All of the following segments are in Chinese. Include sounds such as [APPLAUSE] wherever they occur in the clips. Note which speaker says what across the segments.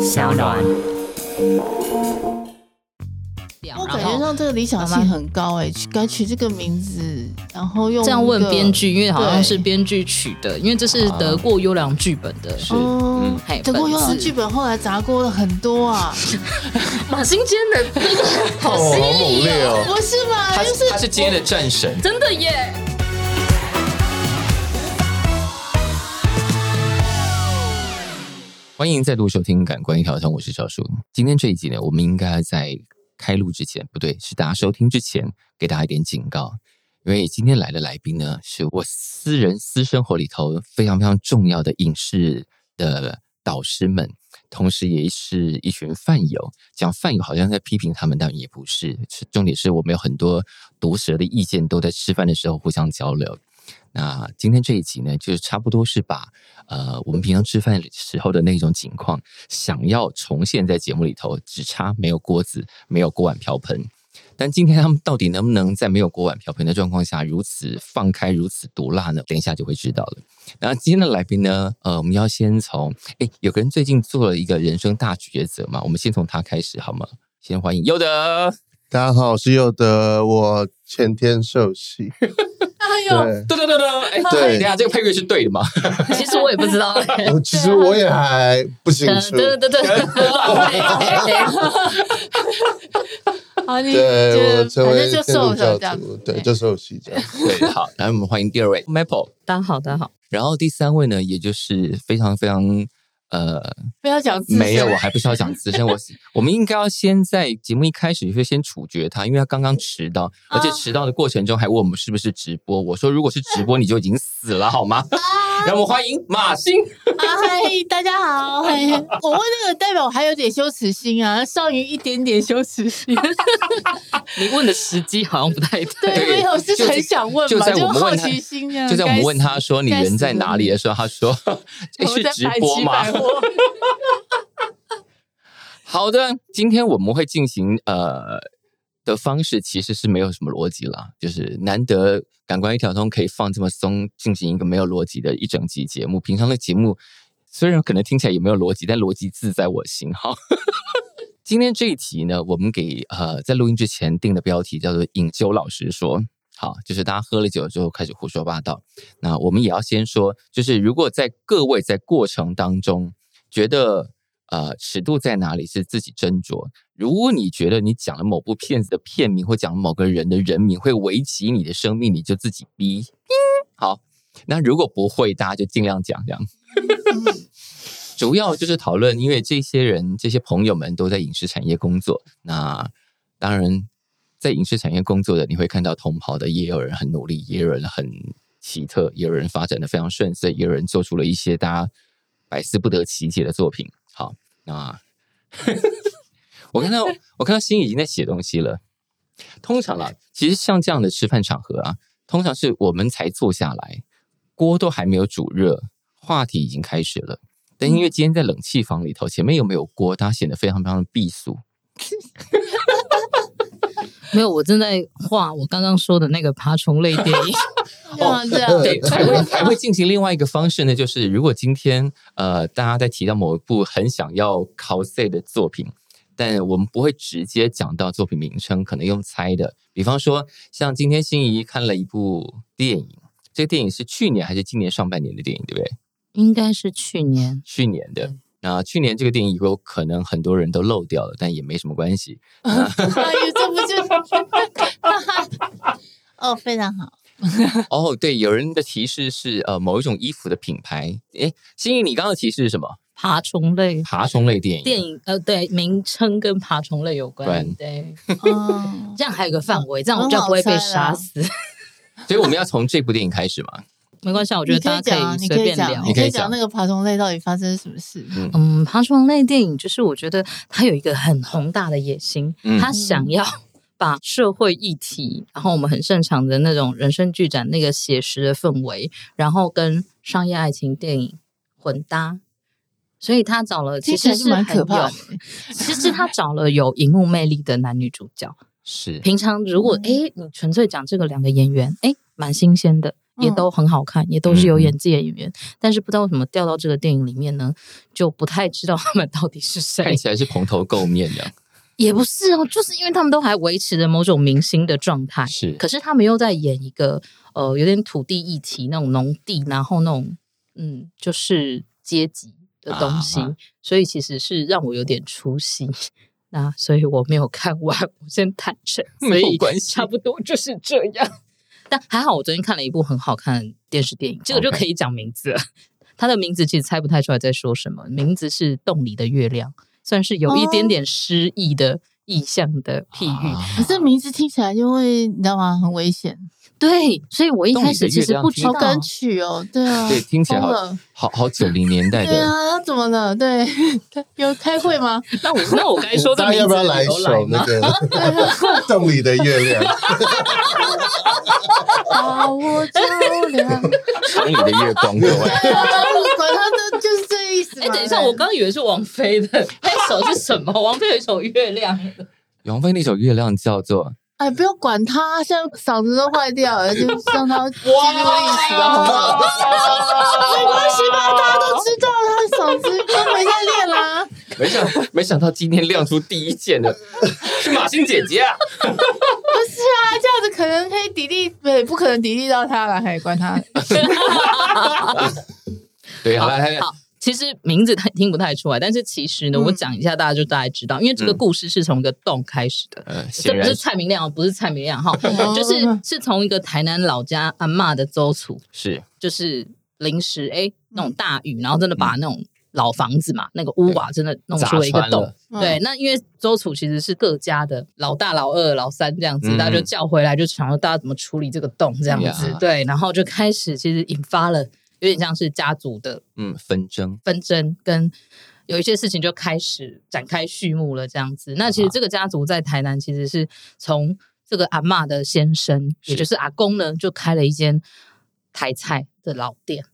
Speaker 1: 小暖。
Speaker 2: 我感
Speaker 1: 然
Speaker 2: 觉
Speaker 1: 后
Speaker 2: 上这个理想性很高哎、取改取这个名字，然后用
Speaker 1: 这样问
Speaker 2: 一个
Speaker 1: 编，剧，因为好像
Speaker 2: 对
Speaker 1: 是编剧取的，因为这是得过优良剧本的。
Speaker 3: 是
Speaker 2: 哦
Speaker 3: 嗯，
Speaker 1: 嘿
Speaker 2: 德国有
Speaker 1: 本
Speaker 2: 好
Speaker 1: 子
Speaker 2: 剧本后来砸锅了很多啊，
Speaker 1: 马新坚的那个好
Speaker 3: 哦，好猛烈哦！
Speaker 2: [LAUGHS] 不是吧？
Speaker 3: 他
Speaker 2: 就是
Speaker 3: 他是今天的战神，
Speaker 1: 真的耶！
Speaker 3: 欢迎再度收听《感官一条通》，我是小树。今天这一集呢，我们应该在开录之前，不对，是大家收听之前，给大家一点警告，因为今天来的来宾呢，是我私人私生活里头非常非常重要的影视的导师们，同时也是一群饭友。讲饭友好像在批评他们，但也不是，是重点是我们有很多毒舌的意见都在吃饭的时候互相交流。那今天这一集呢，就是差不多是把呃我们平常吃饭时候的那种情况，想要重现在节目里头，只差没有锅子，没有锅碗瓢盆。但今天他们到底能不能在没有锅碗瓢盆的状况下，如此放开，如此毒辣呢？等一下就会知道了。那今天的来宾呢？呃，我们要先从诶，有个人最近做了一个人生大抉择嘛，我们先从他开始好吗？先欢迎优德。
Speaker 4: 大家好，我是佑德，我前天受洗，
Speaker 2: 哎
Speaker 4: 对，
Speaker 3: 噔噔噔噔，哎，
Speaker 4: 对
Speaker 3: 等一下这个配乐是对的吗？
Speaker 1: [LAUGHS] 其实我也不知
Speaker 2: [LAUGHS]
Speaker 1: 道。
Speaker 4: 我其实我也还不清楚，
Speaker 1: 对对对，
Speaker 2: 呦，好你
Speaker 4: 对我
Speaker 2: 就
Speaker 4: 成
Speaker 2: 反
Speaker 4: 为
Speaker 2: 正就
Speaker 4: 天
Speaker 2: 受
Speaker 4: 主
Speaker 2: 了
Speaker 4: 教
Speaker 2: 这样子
Speaker 4: 徒，，对，就受洗
Speaker 3: [LAUGHS]
Speaker 4: 这样。
Speaker 3: 对，好，来我们欢迎第二位 Maple，
Speaker 1: [LAUGHS] 大家好，大家好，
Speaker 3: 然后第三位呢，也就是非常非常呃，
Speaker 2: 不要讲自啊
Speaker 3: 没有，我
Speaker 2: 身
Speaker 3: 还不需要讲资
Speaker 2: [LAUGHS]
Speaker 3: 深，我我们应该要先在节目一开始就先处决他，因为他刚刚迟到，
Speaker 2: 啊
Speaker 3: 而且迟到的过程中还问我们是不是直播，我说如果是直播你就已经死了好吗？让我们欢迎马欣，
Speaker 2: 啊嗨，大家好，
Speaker 3: [LAUGHS]
Speaker 2: 嘿嘿我问这个代表我还有点羞耻心啊，少于一点点羞耻心。
Speaker 1: 你问的时机好像不太对。
Speaker 2: 对，没有，是很想问
Speaker 3: 就
Speaker 2: 嘛，
Speaker 3: 在
Speaker 2: 就
Speaker 3: 我们
Speaker 2: 好
Speaker 3: 问他
Speaker 2: 奇心这样。
Speaker 3: 就在我们问他
Speaker 2: 嗯该死，
Speaker 3: 说你
Speaker 2: 该
Speaker 3: 人在
Speaker 2: 死
Speaker 3: 哪里的时候，他说
Speaker 2: 我
Speaker 3: 诶是
Speaker 2: 在
Speaker 3: 直
Speaker 2: 百
Speaker 3: 播
Speaker 2: 奇
Speaker 3: 吗
Speaker 2: 百？
Speaker 3: [LAUGHS]
Speaker 2: 货
Speaker 3: 好的，今天我们会进行呃的方式其实是没有什么逻辑啦，就是难得感官一条通可以放这么松，进行一个没有逻辑的一整集节目。平常的节目虽然可能听起来也没有逻辑，但逻辑自在我心哈。今天这一题呢，我们给呃在录音之前定的标题叫做“饮酒老实说”。好，就是大家喝了酒之后开始胡说八道。那我们也要先说，就是如果在各位在过程当中觉得呃尺度在哪里是自己斟酌。如果你觉得你讲了某部片子的片名或讲某个人的人名会危及你的生命，你就自己逼。好，那如果不会，大家就尽量讲这 [LAUGHS] 样。主要就是讨论，因为这些人、这些朋友们都在影视产业工作。那当然，在影视产业工作的，你会看到同袍的，也有人很努力，也有人很奇特，也有人发展的非常顺遂，也有人做出了一些大家百思不得其解的作品。好，那我看到我看到心已经在写东西了。通常啦，其实像这样的吃饭场合啊，通常是我们才坐下来，锅都还没有煮热，话题已经开始了。但因为今天在冷气房里头，前面又没有锅，它显得非常非常的避俗。
Speaker 1: [LAUGHS] 没有，我正在画我刚刚说的那个爬虫类电
Speaker 2: [LAUGHS]
Speaker 1: 影。
Speaker 2: 干
Speaker 3: 哦
Speaker 2: 嘛这
Speaker 3: [LAUGHS]
Speaker 2: 样？
Speaker 3: 对，还会还会进行另外一个方式呢，就是如果今天呃大家在提到某一部很想要 cos 的作品，但我们不会直接讲到作品名称，可能用猜的。比方说，像今天心仪看了一部电影，这个电影是去年还是今年上半年的电影，对不对？
Speaker 1: 应该是去年，
Speaker 3: 去年的。那去年这个电影有可能很多人都漏掉了，但也没什么关系。
Speaker 2: 哎呦，这不就 [LAUGHS] 哦，非常好。
Speaker 3: 哦，对，有人的提示是呃某一种衣服的品牌。诶，心仪，你刚刚的提示是什么？
Speaker 1: 爬虫类
Speaker 3: 爬虫类电影。
Speaker 1: 电影，呃，对，名称跟爬虫类有关。对，
Speaker 2: 嗯，
Speaker 1: 这样还有个范围，这样我就不会被杀死。 [LAUGHS]
Speaker 3: 所以我们要从这部电影开始嘛。
Speaker 1: 没关系啊，我觉得大
Speaker 2: 你可以
Speaker 1: 家
Speaker 2: 讲，你
Speaker 1: 随
Speaker 2: 可以
Speaker 1: 便
Speaker 2: 讲，
Speaker 1: 聊
Speaker 2: 你。
Speaker 3: 可
Speaker 2: 可
Speaker 3: 以
Speaker 2: 以
Speaker 3: 讲
Speaker 2: 讲那个爬虫类到底发生什么事？
Speaker 1: 嗯，爬虫类电影就是我觉得他有一个很宏大的野心，
Speaker 3: 嗯
Speaker 1: 他想要把社会议题，然后我们很擅长的那种人生剧展那个写实的氛围，然后跟商业爱情电影混搭。所以他找了，其
Speaker 2: 听起来
Speaker 1: 实
Speaker 2: 就是蛮
Speaker 1: 很
Speaker 2: 可怕
Speaker 1: 有
Speaker 2: 的。
Speaker 1: 其实他找了有荧幕魅力的男女主角。
Speaker 3: 是
Speaker 1: 嗯平常如果哎、诶你纯粹讲这个两个演员，哎，蛮新鲜的。也都很好看，也都是有演技的演员。但是不知道为什么掉到这个电影里面呢，就不太知道他们到底是
Speaker 3: 看
Speaker 1: 谁。
Speaker 3: 起来是蓬头垢面的，
Speaker 1: 也不是哦，就是因为他们都还维持着某种明星的状态，
Speaker 3: 是
Speaker 1: 啊可是他们又在演一个呃有点土地议题那种农地，然后那种嗯就是阶级的东西，
Speaker 3: 啊
Speaker 1: 所以其实是让我有点出戏。 [LAUGHS] 那所以我没有看完，我先坦诚，所
Speaker 3: 没有
Speaker 1: 以
Speaker 3: 关系
Speaker 1: 差不多就是这样。 [LAUGHS] 但还好，我昨天看了一部很好看的电视电影，这个就
Speaker 3: OK
Speaker 1: 可以讲名字了。 [LAUGHS] 它的名字其实猜不太出来在说什么，名字是《洞里的月亮》，算是有一点点诗意的意象的譬喻。
Speaker 3: 啊
Speaker 2: 可是名字听起来就会，你知道吗？很危险，
Speaker 1: 对，所以我一开始其实不知道
Speaker 2: 好，跟曲哦，对啊，
Speaker 3: 对，听起来
Speaker 2: 疯
Speaker 3: 好
Speaker 2: 了，
Speaker 3: 好好九零年
Speaker 1: 哎
Speaker 3: 代
Speaker 2: 对
Speaker 3: 的，
Speaker 2: 啊，怎么了？对， [LAUGHS] 有开
Speaker 1: [LAUGHS]
Speaker 2: 会吗？
Speaker 1: 那我那我该说的
Speaker 4: 大家
Speaker 1: 名
Speaker 4: 要不
Speaker 1: 字
Speaker 4: 要来一
Speaker 1: 由来
Speaker 4: 首
Speaker 1: 吗
Speaker 4: 那？个洞里的月亮？
Speaker 2: 把哦我照亮，
Speaker 3: 城里的月光各 [LAUGHS] 位。
Speaker 2: 啊 [LAUGHS] 管他的，就是这个意思嘛。
Speaker 1: 哎，等一下，我刚以为是王菲的，那首是什么？王菲有一首《月亮》， [LAUGHS]
Speaker 3: 杨飞那首《月亮》叫做
Speaker 2: 哎，不要管他，现在嗓子都坏掉了，就让他记录历史好不好？没关系吧，大家都知道他嗓子都没在练啦。
Speaker 3: [LAUGHS] 没想没想到今天亮出第一件的 [LAUGHS] 是马欣姐姐啊！
Speaker 2: 不是啊，这样子可能可以抵力，对，不可能抵力到他了，还管他。
Speaker 3: 对，好来，
Speaker 1: 好。其实名字他听不太出来，但是其实呢，
Speaker 2: 嗯
Speaker 1: 我讲一下，大家就大概知道，因为这个
Speaker 3: 嗯
Speaker 1: 故事是从一个洞开始的。
Speaker 3: 呃，
Speaker 1: 这
Speaker 3: 显
Speaker 1: 不
Speaker 3: 然
Speaker 1: 是蔡明亮哦，不是蔡明亮哈，
Speaker 2: 哦
Speaker 1: 就是是从一个台南老家阿嬷的周楚，
Speaker 3: 是
Speaker 1: 就是临时哎、那种大雨，然后真的把那种老房子嘛，那个屋瓦真的弄出了一个
Speaker 3: 嗯砸穿
Speaker 1: 洞
Speaker 3: 了。
Speaker 1: 对，那因为周楚其实是各家的老大、老二、老三这样子，
Speaker 3: 嗯
Speaker 1: 大家就叫回来，就想说大家怎么处理这个洞这样子。
Speaker 3: 呀
Speaker 1: 对，然后就开始其实引发了有点像是家族的
Speaker 3: 嗯纷争
Speaker 1: 纷争跟有一些事情就开始展开序幕了，这样子。那其实这个家族在台南其实是从这个阿嬷的先生，
Speaker 3: 是
Speaker 1: 也就是阿公呢，就开了一间台菜的老店。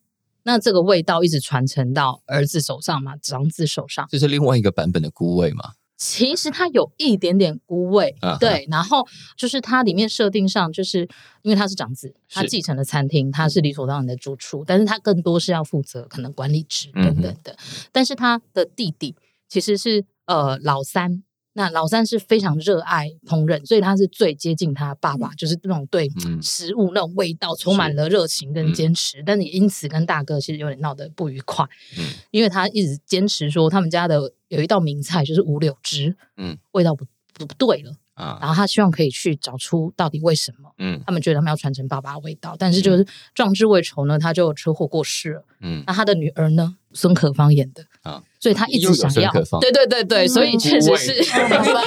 Speaker 1: 那这个味道一直传承到儿子手上嘛，长子手上。
Speaker 3: 这是另外一个版本的孤味嘛？
Speaker 1: 其实它有一点点孤味，
Speaker 3: 啊哈
Speaker 1: 对。然后就是它里面设定上，就是因为他是长子，他
Speaker 3: 是
Speaker 1: 继承了餐厅，他是理所当然的主厨，但是他更多是要负责可能管理职
Speaker 3: 嗯哼
Speaker 1: 等等的。但是他的弟弟其实是呃老三。那老三是非常热爱烹饪，所以他是最接近他爸爸，就是那种对
Speaker 3: 嗯
Speaker 1: 食物那种味道充满了热情跟坚持，但也因此跟大哥其实有点闹得不愉快，
Speaker 3: 嗯
Speaker 1: 因为他一直坚持说他们家的有一道名菜就是五柳汁，
Speaker 3: 嗯，
Speaker 1: 味道不不对了，然
Speaker 3: 啊，
Speaker 1: 后他希望可以去找出到底为什么。
Speaker 3: 嗯
Speaker 1: 他们觉得他们要传承爸爸的味道，但是就是壮志未酬呢，他就车祸过世了。
Speaker 3: 嗯
Speaker 1: 那他的女儿呢，孙可芳演的
Speaker 3: 啊，
Speaker 1: 所以他一直想
Speaker 3: 又有孙
Speaker 1: 要
Speaker 3: 可芳，
Speaker 1: 对对对对，所以确实是，
Speaker 2: 好吧，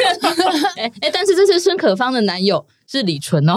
Speaker 1: [LAUGHS] 哎哎、但是这次孙可芳的男友是李纯哦，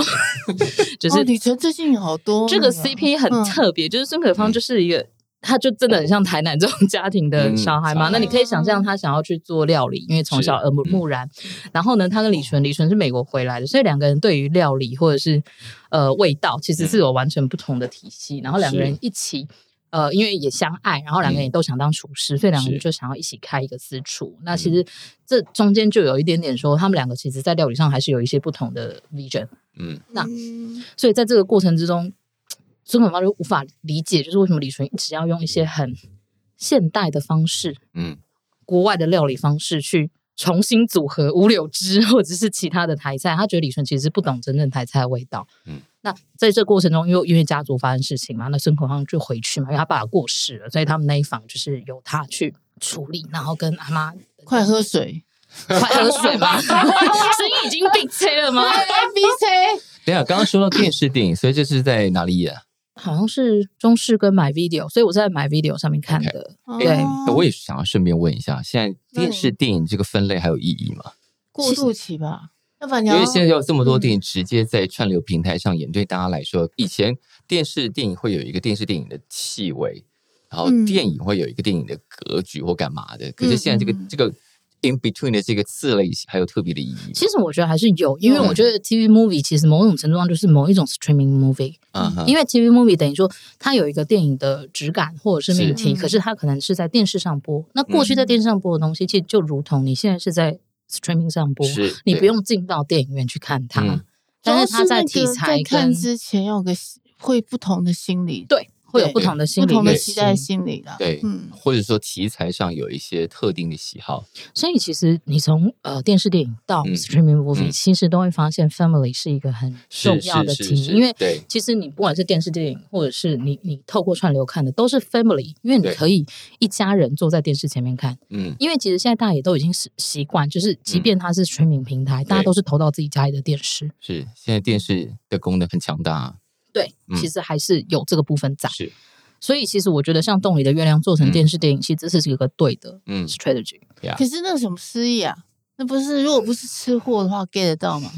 Speaker 1: [LAUGHS] 就是、
Speaker 2: 哦李晨最近有好多
Speaker 1: 这个 CP 很特别，就是孙可芳就是一个，她就真的很像台南这种家庭的小孩嘛。
Speaker 3: 嗯
Speaker 1: 那你可以想象她想要去做料理，因为从小耳濡目染。然后呢，她跟李纯，李纯是美国回来的，所以两个人对于料理或者是呃味道，其实是有完全不同的体系。然后两个人一起。呃，因为也相爱，然后两个人也都想当厨师，所以两个人
Speaker 3: 是
Speaker 1: 就想要一起开一个私厨。那其实这中间就有一点点说，他们两个其实在料理上还是有一些不同的 vision。
Speaker 3: 嗯
Speaker 1: 那
Speaker 2: 嗯
Speaker 1: 所以在这个过程之中，孙可芳就无法理解，就是为什么李纯一直要用一些很现代的方式、
Speaker 3: 嗯
Speaker 1: 国外的料理方式去重新组合五柳汁或者是其他的台菜。他觉得李纯其实不懂真正台菜的味道。
Speaker 3: 嗯，
Speaker 1: 那在这过程中，因为因为家族发生事情嘛，那孙可芳就回去嘛，因为他爸爸过世了，所以他们那一房就是由他去处理，然后跟阿妈
Speaker 2: 快喝水，
Speaker 1: 快喝水嘛，声音已经被催了吗？
Speaker 2: B
Speaker 1: [LAUGHS]
Speaker 2: C
Speaker 3: 等一啊下刚刚说到电视电影，所以这是在哪里演啊？
Speaker 1: 好像是中视跟 My Video，所以我在 My Video 上面看的。
Speaker 2: 哦
Speaker 1: 对
Speaker 3: 哎我也想要顺便问一下，现在电视电影这个分类还有意义吗？
Speaker 2: 过渡期吧，要不然你
Speaker 3: 因
Speaker 2: 要
Speaker 3: 为现在有这么
Speaker 1: 嗯
Speaker 3: 多电影直接在串流平台上演，对大家来说，以前电视电影会有一个电视电影的气味，然后
Speaker 2: 嗯
Speaker 3: 电影会有一个电影的格局或干嘛的。可是现在这个
Speaker 2: 嗯嗯
Speaker 3: 这个 in between 的这个次类还有特别的意义。
Speaker 1: 其实我觉得还是有，因为
Speaker 2: 嗯
Speaker 1: 我觉得 TV movie 其实某种程度上就是某一种 streaming movie，、
Speaker 3: 嗯哼，
Speaker 1: 因为 TV movie 等于说它有一个电影的质感或者是命题，
Speaker 2: 是
Speaker 1: 可是它可能是在电视上播。
Speaker 3: 嗯
Speaker 1: 那过去在电视上播的东西，其实就如同你现在是在 streaming 上播，
Speaker 3: 是
Speaker 1: 你
Speaker 3: 对
Speaker 1: 不用进到电影院去看它，
Speaker 3: 嗯
Speaker 1: 但是它在题材
Speaker 2: 主要是那个在看
Speaker 1: 跟
Speaker 2: 之前要有个会不同的心理，
Speaker 1: 对，会有
Speaker 2: 对
Speaker 1: 不同的心
Speaker 2: 不
Speaker 1: 理
Speaker 2: 同的
Speaker 3: 类
Speaker 1: 类
Speaker 2: 期待
Speaker 1: 型
Speaker 2: 心理的，
Speaker 3: 对，
Speaker 2: 嗯，
Speaker 3: 或者说题材上有一些特定的喜好，
Speaker 1: 所以其实你从呃电视电影到
Speaker 3: 嗯
Speaker 1: streaming movie，、
Speaker 3: 嗯
Speaker 1: 其实都会发现 family 是一个很重
Speaker 3: 是
Speaker 1: 要
Speaker 3: 是
Speaker 1: 的
Speaker 3: 是
Speaker 1: 题，
Speaker 3: 是，
Speaker 1: 因为。
Speaker 3: 对
Speaker 1: 其实你不管是电视电影，或者是你你透过串流看的，都是 family，因为你
Speaker 3: 对
Speaker 1: 可以一家人坐在电视前面看。
Speaker 3: 嗯
Speaker 1: 因为其实现在大家也都已经习习惯，就是即便它是streaming 平台，大家
Speaker 3: 对
Speaker 1: 都是投到自己家里的电视。
Speaker 3: 是，现在电视的功能很强大啊，
Speaker 1: 对，
Speaker 3: 嗯
Speaker 1: 其实还是有这个部分在。
Speaker 3: 是
Speaker 1: 所以其实我觉得像《洞里的月亮》做成电视电影，其实这是一个对的
Speaker 3: 嗯
Speaker 1: strategy。
Speaker 3: 呀
Speaker 2: 可，是那什么失忆啊？那不是如果不是吃货的话 get
Speaker 1: [LAUGHS]
Speaker 2: 得到吗？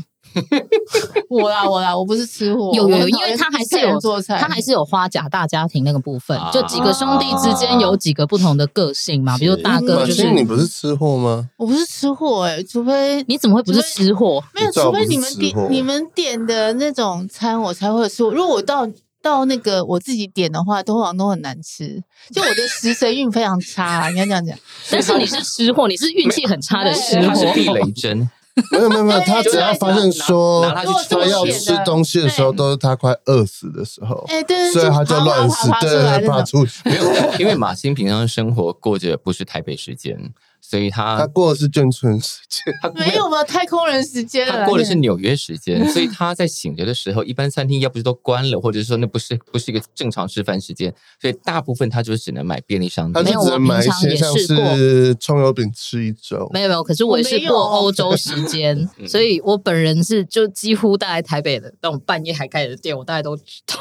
Speaker 2: 我啦我啦，我不是吃货，
Speaker 1: 有有有
Speaker 2: 我很讨厌
Speaker 1: 因为它还是有
Speaker 2: 看人做菜，
Speaker 1: 它还是有花甲大家庭那个部分
Speaker 3: 啊，
Speaker 1: 就几个兄弟之
Speaker 2: 啊
Speaker 1: 间有几个不同的个性嘛，
Speaker 3: 是嗯
Speaker 1: 比如大哥
Speaker 4: 马
Speaker 1: 就
Speaker 4: 欣，你
Speaker 1: 是。
Speaker 4: 不是吃货吗？
Speaker 2: 我不是吃货哎、除非
Speaker 1: 你怎么会不是吃货？
Speaker 2: 没有，
Speaker 4: 你知道
Speaker 2: 除
Speaker 4: 我不
Speaker 2: 非
Speaker 4: 是
Speaker 2: 你们
Speaker 4: 吃
Speaker 2: 点
Speaker 4: 货
Speaker 2: 你们点的那种餐，我才会吃。如果我到到那个我自己点的话，通常都很难吃。就我的食神运非常差、
Speaker 4: [LAUGHS]
Speaker 2: 啊，应该这样讲。
Speaker 1: 但是你是吃货，你是运气很差的吃
Speaker 3: 它是
Speaker 1: 货。
Speaker 3: 避雷针，
Speaker 4: 没有没有没有，
Speaker 2: 对
Speaker 4: 他
Speaker 2: 就
Speaker 4: 只要
Speaker 2: 是
Speaker 4: 发现说
Speaker 3: 拿拿拿他去
Speaker 4: 他
Speaker 2: 做
Speaker 4: 要
Speaker 2: 血
Speaker 4: 吃
Speaker 2: 的
Speaker 4: 东西的时候，
Speaker 2: 对
Speaker 4: 都是他快饿死的时候，
Speaker 2: 哎、对对，哎
Speaker 4: 所以他就
Speaker 2: 爬爬
Speaker 4: 乱
Speaker 2: 爬
Speaker 4: 死
Speaker 2: 爬，出
Speaker 4: 对
Speaker 2: 来
Speaker 4: 对，
Speaker 2: 那
Speaker 4: 爬
Speaker 2: 种。
Speaker 4: 出去。
Speaker 3: 没有， [LAUGHS] 因为马欣平常生活过着不是台北时间，所以
Speaker 4: 他
Speaker 3: 他
Speaker 4: 过的是眷村时间，
Speaker 3: 他
Speaker 2: 没有吧？太空人时间了啦，
Speaker 3: 他过的
Speaker 2: 那
Speaker 3: 是
Speaker 2: 个
Speaker 3: 纽约时间，所以他在醒着的时候，一般餐厅要不是都关了，或者是说那不是不是一个正常吃饭时间，所以大部分他就只能买便利商
Speaker 4: 他
Speaker 3: 店
Speaker 1: 没。
Speaker 4: 就
Speaker 1: 有
Speaker 4: 只
Speaker 1: 我
Speaker 4: 能
Speaker 1: 平
Speaker 4: 买一
Speaker 1: 常
Speaker 4: 些
Speaker 1: 也
Speaker 4: 像
Speaker 1: 试过
Speaker 4: 是葱油饼吃一周。
Speaker 1: 没有没有，可是我也是
Speaker 2: 我没有
Speaker 1: 过欧洲时间，
Speaker 3: 嗯
Speaker 1: 所以我本人是就几乎大概台北的那种半夜还开着店，我大概都知道。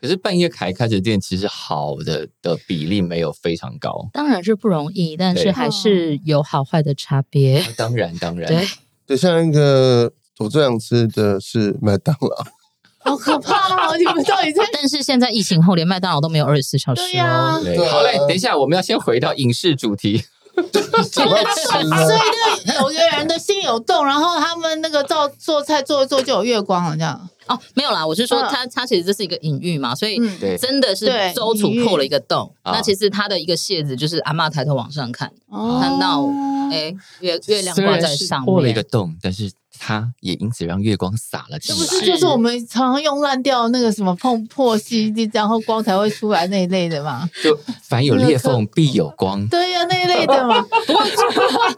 Speaker 3: 可是半夜凯开着店，其实好的的比例没有非常高。
Speaker 1: 当然是不容易，但是
Speaker 3: 对
Speaker 1: 还是有好坏的差别。
Speaker 3: 当然，当然，
Speaker 1: 对，
Speaker 4: 对，像一个我最想吃的是麦当
Speaker 1: [LAUGHS]
Speaker 4: 劳，
Speaker 2: 好可怕哦！你们到底在？
Speaker 1: 但 [LAUGHS] 是现在疫情后，连麦当劳都没有二十四小时
Speaker 2: 对呀、
Speaker 1: 哦。
Speaker 3: 对
Speaker 4: 对啊
Speaker 3: 好嘞，等一下，我们要先回到影视主题。
Speaker 4: 怎么吃呢？
Speaker 2: 所以那有的人的心有动，然后他们那个照做菜做一做就有月光了，这样。
Speaker 1: 哦，没有啦，我是说
Speaker 2: 嗯
Speaker 1: 它它其实这是一个隐喻嘛，所以
Speaker 2: 嗯，
Speaker 3: 对，
Speaker 1: 真的是
Speaker 2: 对
Speaker 1: 周楚破了一个洞。
Speaker 3: 隐喻啊
Speaker 1: 那其实它的一个蟹子就是阿嬷抬头往上看，
Speaker 2: 哦
Speaker 1: 看到哎，月月亮
Speaker 3: 嗯虽
Speaker 1: 挂
Speaker 3: 然
Speaker 1: 在
Speaker 3: 是
Speaker 1: 上
Speaker 3: 破了一个
Speaker 1: 面。
Speaker 3: 洞，但是它也因此让月光洒了进
Speaker 2: 这
Speaker 3: 来。
Speaker 2: 不是就是我们常常用烂掉那个什么碰破 CD，然后光才会出来那一类的嘛？ [LAUGHS]
Speaker 3: 就凡有裂缝必有光。
Speaker 2: 对呀、那一类的嘛。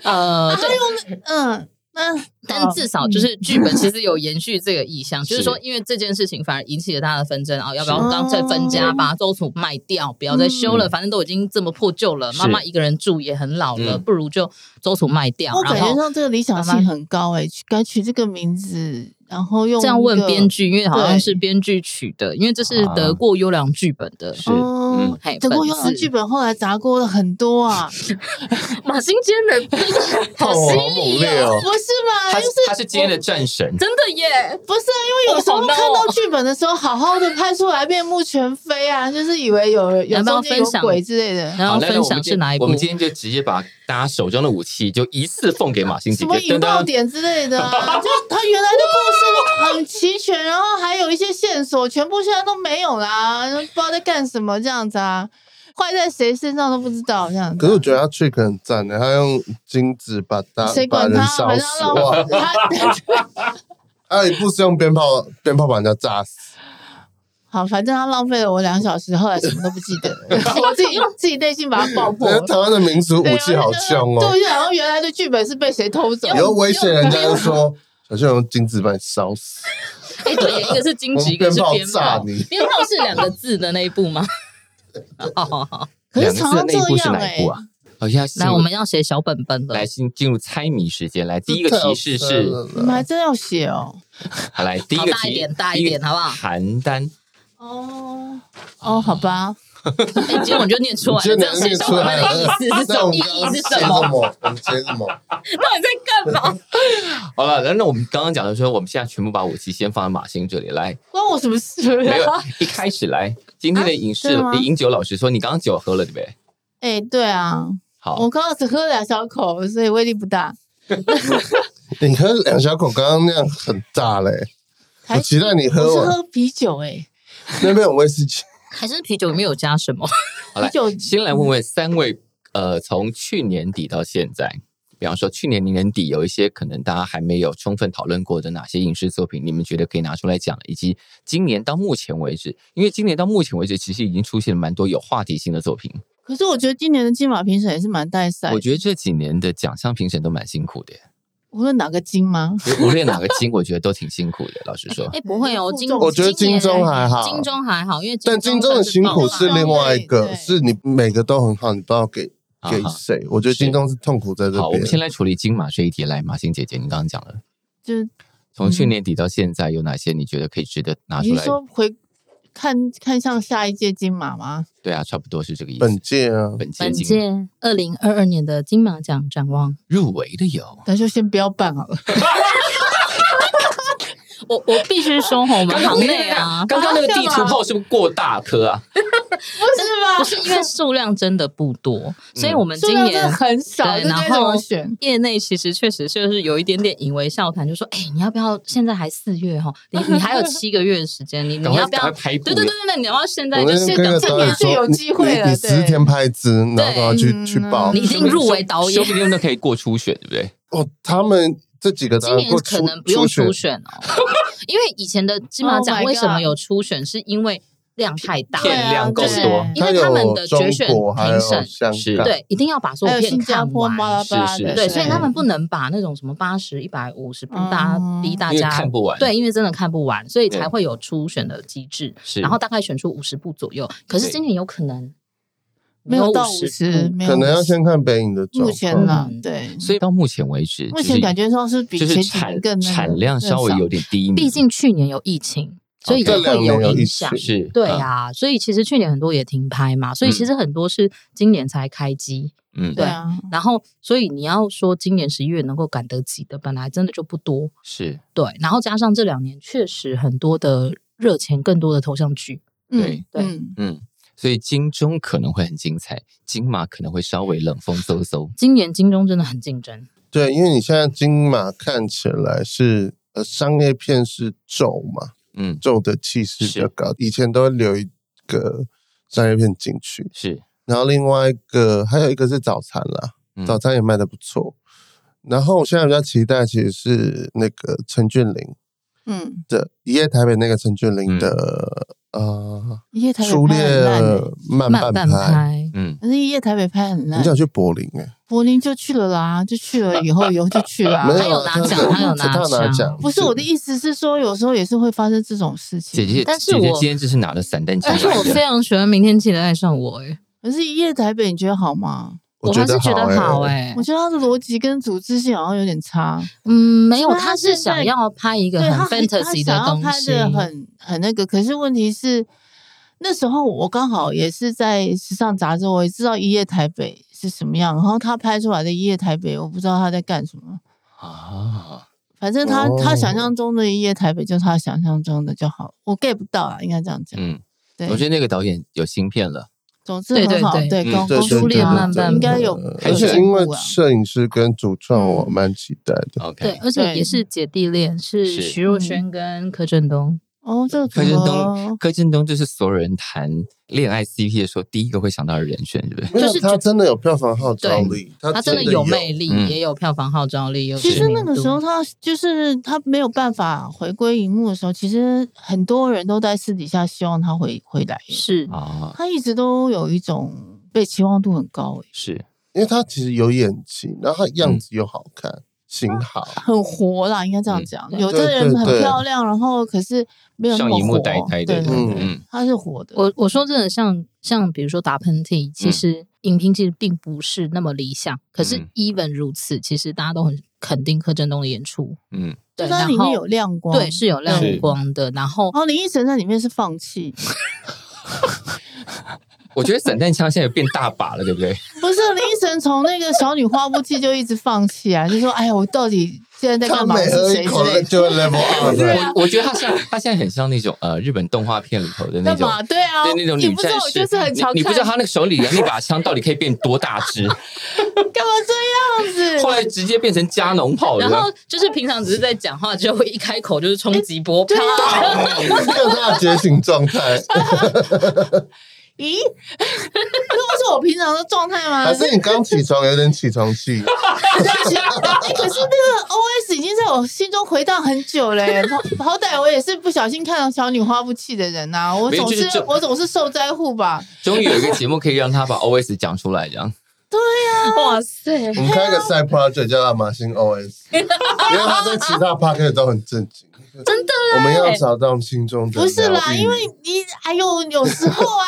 Speaker 1: 呃，对，
Speaker 2: 嗯，那
Speaker 1: 但至少就是剧本其实有延续这个意
Speaker 3: [LAUGHS]
Speaker 1: 向，就是
Speaker 3: 嗯是
Speaker 1: 说，因为这件事情反而引起了大家的纷争啊，要不要
Speaker 3: 是
Speaker 1: 干脆分家，
Speaker 3: 哦
Speaker 2: 嗯
Speaker 1: 把周楚卖掉，不要再修了，反正都已经这么破旧了，
Speaker 3: 嗯是
Speaker 1: 妈妈一个人住也很老了，
Speaker 3: 嗯哦
Speaker 1: 不如就周楚卖掉
Speaker 2: 我，
Speaker 1: 然
Speaker 2: 感觉
Speaker 1: 后。
Speaker 2: 上这个理想性很高哎、取该取这个名字，然后用
Speaker 1: 这样问编剧，
Speaker 2: 剧。
Speaker 1: 因为好像
Speaker 2: 对
Speaker 1: 是编剧取的，因为这是得过优良剧本的。
Speaker 3: 啊是
Speaker 2: 哦
Speaker 3: 嗯，
Speaker 1: 嘿
Speaker 2: 德国
Speaker 1: 本
Speaker 2: 优良
Speaker 1: 子
Speaker 2: 剧本后来砸锅了很多啊，
Speaker 1: [LAUGHS] 马新坚
Speaker 3: [LAUGHS]
Speaker 1: 的那个好
Speaker 4: 哦
Speaker 1: 犀
Speaker 4: 好
Speaker 1: 利
Speaker 4: 猛烈哦！
Speaker 2: 不是嘛？
Speaker 1: 哎
Speaker 3: 他
Speaker 2: 就是
Speaker 3: 他是接了战神，
Speaker 1: 真的耶！
Speaker 2: 不是啊，因为有时候
Speaker 1: 哦好
Speaker 2: 看
Speaker 1: 闹哦
Speaker 2: 到剧本的时候，好好的拍出来面目全非啊，就是以为有有
Speaker 1: 要不要
Speaker 2: 中间有
Speaker 1: 分享
Speaker 2: 鬼之类的。
Speaker 1: 然后
Speaker 3: 好，那那
Speaker 1: 分
Speaker 3: 我们
Speaker 1: 享
Speaker 3: 今
Speaker 1: 是哪一部？
Speaker 3: 我们今天就直接把大家手中的武器就一次奉给马欣姐
Speaker 2: 什
Speaker 3: 姐
Speaker 2: 么，引爆点之类
Speaker 4: [LAUGHS]
Speaker 2: 的、啊，就他原来的故事很齐全，然后还有一些线索，全部现在都没有啦，不知道在干什么这样子啊，坏在谁身上都不知道这样
Speaker 4: 可是我
Speaker 2: 子
Speaker 4: 觉得他 trick 很赞的，他用金子把
Speaker 2: 啊、
Speaker 4: 大
Speaker 2: 谁
Speaker 4: 把
Speaker 2: 管
Speaker 4: 人
Speaker 2: 他？
Speaker 4: 烧
Speaker 2: 反正
Speaker 4: 死，
Speaker 2: 让
Speaker 4: 哇！
Speaker 2: 我他
Speaker 4: 还有一部是用鞭炮鞭炮把人家炸死，
Speaker 2: 好，反正他浪费了我两小时，后来什么都不记
Speaker 1: [LAUGHS]
Speaker 2: 得了，我自己自己内心把它爆破
Speaker 4: 人。家台湾的民族
Speaker 2: 对
Speaker 4: 武
Speaker 2: 啊
Speaker 4: 器好凶哦，
Speaker 2: 对，然后原来的剧本是被谁偷走？
Speaker 4: 有威胁人家就说小心用金子把你烧死，
Speaker 1: 哎，对，一个
Speaker 3: [LAUGHS]
Speaker 1: 是荆
Speaker 4: 我
Speaker 1: 棘，一
Speaker 4: 们
Speaker 1: 个
Speaker 4: 鞭
Speaker 1: 是
Speaker 4: 炮
Speaker 1: 鞭
Speaker 4: 炸
Speaker 1: 炮。
Speaker 4: 你。
Speaker 1: 鞭炮是两个字的那一部
Speaker 3: [LAUGHS]
Speaker 1: 吗？ [LAUGHS] 哦好好好，
Speaker 2: 可
Speaker 3: 两
Speaker 2: 是
Speaker 3: 个
Speaker 2: 常
Speaker 3: 字的
Speaker 2: 常
Speaker 3: 那一
Speaker 2: 这
Speaker 3: 部是
Speaker 2: 样
Speaker 3: 哪
Speaker 2: 哎、
Speaker 3: 一部啊？好，现在进
Speaker 1: 来，
Speaker 3: 入
Speaker 1: 欸我们要写小本本了
Speaker 3: 来。进进入猜谜时间，来第一个提示
Speaker 4: [LAUGHS]
Speaker 3: 是，
Speaker 2: 你们还真要写哦。
Speaker 3: 好来第一
Speaker 1: 好
Speaker 3: 个
Speaker 1: 大一
Speaker 3: 提
Speaker 1: 点大一点嗯
Speaker 3: 第个
Speaker 1: 好不好 [LAUGHS]
Speaker 3: 邯郸，
Speaker 2: 哦哦，好吧，
Speaker 1: 哎，结果你就念出来，了，这
Speaker 4: 这两
Speaker 1: 样
Speaker 4: 个
Speaker 1: 写小
Speaker 4: 出
Speaker 1: 本本
Speaker 4: 来
Speaker 1: 的意
Speaker 4: 了
Speaker 1: 思是什
Speaker 4: 那我
Speaker 1: 么？
Speaker 4: 们
Speaker 1: 意
Speaker 4: 刚刚 [LAUGHS]
Speaker 1: 义
Speaker 4: 接
Speaker 1: 是什么？
Speaker 4: 什么？我们接什么？
Speaker 1: 到底在干嘛？
Speaker 3: 好了，那那我们刚刚讲的说，我们现在全部把武器先放在马欣这里来，
Speaker 2: 关我什么事
Speaker 3: 没有
Speaker 2: 啊？
Speaker 3: 一开始来今天的影视
Speaker 2: 真的吗
Speaker 3: 饮酒老师说，你刚刚酒喝了对不对？
Speaker 2: [LAUGHS] 哎、对啊，
Speaker 3: 好
Speaker 2: 我，刚刚只喝了两小口，所以威力不大。
Speaker 4: 你喝两小口，刚刚那样很大嘞。
Speaker 2: 还
Speaker 4: 我期待你
Speaker 2: 我
Speaker 4: 喝
Speaker 2: 是
Speaker 4: 完
Speaker 2: 喝啤酒哎、
Speaker 4: 那边有威士忌，
Speaker 1: 还是啤酒没有加什么？
Speaker 3: 好来
Speaker 2: 啤酒
Speaker 3: 先来问问三位，呃，从去年底到现在，比方说去年年底有一些可能大家还没有充分讨论过的哪些影视作品，你们觉得可以拿出来讲，以及今年到目前为止，因为今年到目前为止其实已经出现了蛮多有话题性的作品。
Speaker 2: 可是我觉得今年的金马评审也是蛮带赛的，
Speaker 3: 我觉得这几年的奖项评审都蛮辛苦的耶，
Speaker 2: 无论哪个金吗？
Speaker 3: 无论哪个金，我觉得都挺辛苦的。老实
Speaker 1: [LAUGHS]
Speaker 3: 说，
Speaker 1: [LAUGHS] 哎，不会哦，金
Speaker 4: 我觉得金钟还好
Speaker 1: 金钟还好，因为
Speaker 4: 但金钟的辛苦是
Speaker 1: 啊
Speaker 4: 另外一
Speaker 2: 对
Speaker 4: 个，
Speaker 2: 对
Speaker 4: 是你每个都很好，你不知道给给
Speaker 3: 啊
Speaker 4: 谁。我觉得金钟是痛苦在这边。
Speaker 3: 好，我们先来处理金马这一题。来，马欣姐姐，你刚刚讲了，
Speaker 2: 就是
Speaker 3: 从去年底到现在有哪些你觉得可以值得拿
Speaker 2: 你
Speaker 3: 出
Speaker 2: 是
Speaker 3: 来？
Speaker 2: 说回看看向下一届金马吗？
Speaker 3: 对啊，差不多是这个意思。
Speaker 4: 本届啊，
Speaker 3: 本届
Speaker 1: 本
Speaker 3: 金
Speaker 1: 届二零二二年的金马奖展望。
Speaker 3: 入围的
Speaker 1: [LAUGHS]
Speaker 3: 有，
Speaker 2: 那就先不要办好了。
Speaker 1: 我我必须说吼，我们行内啊，
Speaker 3: 刚刚那个地图炮是不是过大颗啊？
Speaker 1: 不
Speaker 2: 不是吧？
Speaker 1: 是因为数量真的不多，所
Speaker 4: 嗯
Speaker 1: 以我们
Speaker 2: 数
Speaker 1: 今
Speaker 2: 量真
Speaker 1: 年
Speaker 2: 的很少，
Speaker 1: 对
Speaker 2: 这该
Speaker 1: 然
Speaker 2: 怎
Speaker 1: 后
Speaker 2: 么
Speaker 1: [LAUGHS]
Speaker 2: 选？
Speaker 1: 业内其实确实就是有一点点引为笑谈，就说：“哎、你要不要现在还四月哈？你你还有七个月的时间，你你
Speaker 3: [LAUGHS] 赶快
Speaker 1: 要不
Speaker 3: 赶
Speaker 1: 要
Speaker 3: 快？拍布
Speaker 1: 对对对对，你要不要现在
Speaker 4: 我
Speaker 1: 就
Speaker 4: 那
Speaker 1: 是
Speaker 4: 天跟
Speaker 1: 等
Speaker 4: 个
Speaker 1: 这
Speaker 4: 导
Speaker 1: 个
Speaker 4: 演
Speaker 2: 今年
Speaker 4: 说，
Speaker 2: 就有机会
Speaker 4: 你
Speaker 2: 了
Speaker 4: 你
Speaker 2: 对
Speaker 4: 十天拍资，然后都要去
Speaker 2: 嗯
Speaker 4: 去报。
Speaker 1: 你已经入围导
Speaker 3: 说
Speaker 1: 演
Speaker 3: 不，定都可以过初选，对不对？
Speaker 4: 哦，他们这几个
Speaker 1: 今
Speaker 4: 当然
Speaker 1: 年
Speaker 3: 呃
Speaker 4: 过
Speaker 1: 可
Speaker 4: 初
Speaker 1: 能不用初
Speaker 4: 初选，
Speaker 1: 选哦，因为以前的金马
Speaker 2: Oh
Speaker 1: 奖
Speaker 2: my
Speaker 1: 为什么
Speaker 2: God
Speaker 1: 有初选，是因为量太大，
Speaker 2: 对啊
Speaker 3: 片量够
Speaker 1: 就是
Speaker 3: 多，
Speaker 1: 因为
Speaker 4: 有
Speaker 1: 他们的决选
Speaker 4: 中国还
Speaker 1: 评
Speaker 4: 有
Speaker 1: 审
Speaker 4: 香
Speaker 3: 是
Speaker 4: 港，
Speaker 1: 对，一定要把所
Speaker 2: 还
Speaker 1: 有
Speaker 2: 有
Speaker 1: 片
Speaker 2: 新加
Speaker 1: 看
Speaker 2: 坡、
Speaker 1: 完。”
Speaker 2: 巴拉巴拉
Speaker 3: 是
Speaker 2: 的，
Speaker 3: 是
Speaker 1: 对，所以他
Speaker 2: 对
Speaker 1: 们不能把那种什么八十、一百五十，
Speaker 2: 嗯
Speaker 1: 大家逼大
Speaker 3: 因为
Speaker 1: 家
Speaker 3: 看不完
Speaker 1: 对，因为真的看不完，所以才
Speaker 3: 对
Speaker 1: 会有初选的机制，
Speaker 3: 是。
Speaker 1: 然后大概选出五十部左右。可是
Speaker 3: 对
Speaker 1: 今年有可能
Speaker 2: 没有到五
Speaker 1: 50
Speaker 2: 十，嗯
Speaker 1: 部
Speaker 2: 没有
Speaker 4: 可能要
Speaker 2: 50
Speaker 4: 先看北影的状
Speaker 2: 目
Speaker 4: 况。
Speaker 2: 前啦
Speaker 1: 嗯，
Speaker 2: 对。
Speaker 3: 所以到目前为止，
Speaker 2: 目前感觉上是比
Speaker 3: 就
Speaker 2: 前
Speaker 3: 是
Speaker 2: 几年
Speaker 3: 产
Speaker 2: 更那个
Speaker 3: 产量稍微有点低迷，
Speaker 1: 毕竟去年有疫情，所以也
Speaker 3: 这
Speaker 1: 会
Speaker 4: 两年有
Speaker 1: 影
Speaker 4: 疫
Speaker 1: 响
Speaker 4: 情。
Speaker 3: 是
Speaker 1: 对，啊，所以其实去年很多也停拍嘛，所以其实很多是今年才开机，
Speaker 3: 嗯，
Speaker 2: 对啊，
Speaker 1: 然后所以你要说今年十一月能够赶得及的，本来真的就不多。
Speaker 3: 是
Speaker 1: 对，然后加上这两年确实很多的热钱，更多的投向剧，
Speaker 3: 对，
Speaker 1: 对
Speaker 2: 嗯，
Speaker 3: 嗯，所以金钟可能会很精彩，金马可能会稍微冷风嗖嗖。
Speaker 1: 今年金钟真的很竞争，
Speaker 4: 对，因为你现在金马看起来是呃商业片是咒嘛，
Speaker 3: 嗯，
Speaker 4: 咒的气势比较高，以前都会留一个商业片进去，
Speaker 3: 是，
Speaker 4: 然后另外一个还有一个是早餐啦，
Speaker 3: 嗯
Speaker 4: 早餐也卖的不错。然后我现在比较期待其实是那个陈俊霖
Speaker 2: 嗯，
Speaker 4: 的《一夜台北》，那个陈俊霖的、呃
Speaker 2: 一夜台
Speaker 4: 《
Speaker 2: 北
Speaker 4: 初
Speaker 2: 拍很
Speaker 4: 恋
Speaker 2: 烂欸
Speaker 4: 慢
Speaker 1: 慢
Speaker 4: 半
Speaker 1: 半
Speaker 4: 拍》
Speaker 1: 拍。
Speaker 3: 嗯，
Speaker 2: 可是一夜台北拍很烂
Speaker 4: 很，想去柏林哎、
Speaker 2: 柏林就去了啦，就去了以后以后就去啦
Speaker 4: 没。
Speaker 1: 啊
Speaker 4: 啊
Speaker 1: 他有拿
Speaker 4: 他
Speaker 1: 奖他有拿
Speaker 4: 他
Speaker 1: 奖
Speaker 4: 奖。
Speaker 2: 不是我的意思是说，有时候也是会发生这种事
Speaker 3: 姐
Speaker 2: 情。
Speaker 3: 姐，
Speaker 1: 但是
Speaker 3: 姐姐
Speaker 1: 我
Speaker 3: 今天只是拿了散弹枪
Speaker 1: 但是我
Speaker 3: 来
Speaker 1: 非
Speaker 3: 的，
Speaker 1: 常喜欢《明天记得爱上我》哎，
Speaker 2: 可是，一夜台北你觉得好吗？
Speaker 1: 我还
Speaker 4: 觉
Speaker 1: 是
Speaker 4: 得
Speaker 1: 觉
Speaker 4: 好
Speaker 1: 得好
Speaker 4: 哎、
Speaker 1: 哎
Speaker 2: 我，觉得他的逻辑跟组织性好像有点差。
Speaker 1: 嗯，没有，
Speaker 2: 是吗
Speaker 1: 他是
Speaker 2: 他现
Speaker 1: 想
Speaker 2: 在
Speaker 1: 要拍一个
Speaker 2: 对
Speaker 1: 很
Speaker 2: 他很他
Speaker 1: fantasy 的
Speaker 2: 想要
Speaker 1: 东
Speaker 2: 拍
Speaker 1: 西，
Speaker 2: 的很很那个，可是问题是那时候我刚好也是在时尚杂志，我也知道《一夜台北》是什么样，然后他拍出来的《一夜台北》，我不知道他在干什么。
Speaker 3: 啊，
Speaker 2: 反正他、
Speaker 4: 哦
Speaker 2: 他想象中的《一夜台北》就是他想象中的就好，我 get 不到啊，应该这样讲。
Speaker 3: 嗯，
Speaker 2: 对，
Speaker 3: 我觉得那个导演有芯片了，
Speaker 2: 总之
Speaker 1: 对
Speaker 2: 很好，
Speaker 1: 对
Speaker 2: 对，
Speaker 3: 嗯
Speaker 2: 公
Speaker 4: 对
Speaker 2: 公
Speaker 4: 对
Speaker 2: 主
Speaker 1: 恋
Speaker 4: 对
Speaker 1: 哦慢
Speaker 4: 对
Speaker 1: 慢
Speaker 2: 应该有
Speaker 4: 呃
Speaker 3: 有
Speaker 4: 而且
Speaker 2: 进
Speaker 4: 因
Speaker 2: 步
Speaker 4: 为
Speaker 2: 啊
Speaker 4: 摄影师跟主
Speaker 1: 嗯
Speaker 4: 创，我蛮期待的。
Speaker 1: 对，
Speaker 3: OK，
Speaker 1: 而且也是姐弟恋，是
Speaker 3: 是
Speaker 1: 徐若
Speaker 2: 嗯
Speaker 1: 瑄跟柯震东，
Speaker 2: 哦，这个
Speaker 3: 柯
Speaker 2: 怎
Speaker 3: 震
Speaker 2: 么
Speaker 3: 东，柯震东就是所有人谈恋爱 CP 的时候第一个会想到的人选，对不对？
Speaker 4: 没有
Speaker 1: 就是
Speaker 4: 他真的有票房号召力，
Speaker 1: 他
Speaker 4: 他
Speaker 1: 真的有
Speaker 4: 有
Speaker 1: 魅力，
Speaker 3: 嗯
Speaker 1: 也有票房号召力，有
Speaker 2: 其
Speaker 1: 知
Speaker 2: 实
Speaker 1: 名
Speaker 2: 那个时
Speaker 1: 度
Speaker 2: 候他就是他没有办法回归荧幕的时候，其实很多人都在私底下希望他回回来。
Speaker 1: 是
Speaker 3: 啊，
Speaker 2: 他一直都有一种被期望度很高、欸，
Speaker 3: 是
Speaker 4: 因为他其实有演技，然后他样子又好看，型好，
Speaker 2: 很活啦，应该这样讲。
Speaker 1: 嗯
Speaker 2: 有
Speaker 4: 对
Speaker 2: 的人很
Speaker 4: 对对
Speaker 2: 漂亮，然后可是没有那
Speaker 3: 上
Speaker 2: 么
Speaker 3: 荧幕
Speaker 2: 活，
Speaker 3: 呆呆的，
Speaker 2: 哦对，对
Speaker 4: 嗯
Speaker 2: 对
Speaker 3: 嗯，
Speaker 2: 他是活的。
Speaker 1: 我我说真的像，像比如说打喷嚏，其
Speaker 3: 嗯
Speaker 1: 实影评其实并不是那么理想。可是
Speaker 3: 嗯
Speaker 1: even 如此，其实大家都很肯定柯震东的演出，
Speaker 3: 嗯，
Speaker 1: 对，
Speaker 2: 就
Speaker 1: 然
Speaker 2: 它里面有
Speaker 1: 后
Speaker 2: 亮光，
Speaker 1: 对是有亮
Speaker 3: 是哦
Speaker 1: 光的，然后
Speaker 2: 然后林依晨在里面是放弃，
Speaker 3: 我觉得散弹枪现在有变大把了，对
Speaker 4: [LAUGHS]
Speaker 3: 不对？
Speaker 2: 不是林依晨从那个小女花不弃就一直放弃啊，就说哎呀，我到底现在在
Speaker 4: 他
Speaker 2: 干嘛？我
Speaker 4: 每喝
Speaker 2: 是谁啊
Speaker 4: 一
Speaker 2: 之
Speaker 4: 口
Speaker 2: 类的？
Speaker 4: 就会
Speaker 2: [LAUGHS]
Speaker 4: level up 了。
Speaker 3: 我我觉得他像他现在很像那种呃日本动画片里头的那
Speaker 2: 干
Speaker 3: 种
Speaker 2: 嘛？对啊，
Speaker 3: 对那种
Speaker 2: 你
Speaker 3: 女
Speaker 2: 不知
Speaker 3: 战
Speaker 2: 道我
Speaker 3: 士，
Speaker 2: 就是很常
Speaker 3: 你你不知道
Speaker 2: 看，
Speaker 3: 她那个手里的那把枪到底可以变多大
Speaker 2: [LAUGHS]
Speaker 3: 只，
Speaker 2: 干嘛这样子？
Speaker 3: 后来直接变成加农炮
Speaker 1: 然
Speaker 3: 了
Speaker 1: 后。就是平常只是在讲话，就会一开口就是冲击波，啪
Speaker 2: 哎对！啊，
Speaker 4: 更大的觉醒
Speaker 2: [LAUGHS]
Speaker 4: 状态，
Speaker 2: 咦，这不是我平常的状态吗？ [LAUGHS]
Speaker 4: 还是你刚起床有点起床
Speaker 2: 其实
Speaker 4: 气？
Speaker 2: 哎可是那个 OS 已经在我心中回荡很久了耶，好 [LAUGHS] 好歹我也是不小心看到小女花不弃的人呐、我
Speaker 3: 没有
Speaker 2: 总
Speaker 3: 就是
Speaker 2: 是
Speaker 3: 这
Speaker 2: 我总是受灾户吧。
Speaker 3: 终于有一个节目可以让他把 OS 讲出来，这样。
Speaker 1: 哇塞！
Speaker 4: 我们开个 side project 叫亚马逊
Speaker 2: [LAUGHS]
Speaker 4: OS，因为他在其他 p a r k 都很震惊。
Speaker 1: 真的
Speaker 4: 我们要找到心中的
Speaker 2: 不是啦，
Speaker 4: 疗愈
Speaker 2: 因为你哎呦，有时候啊，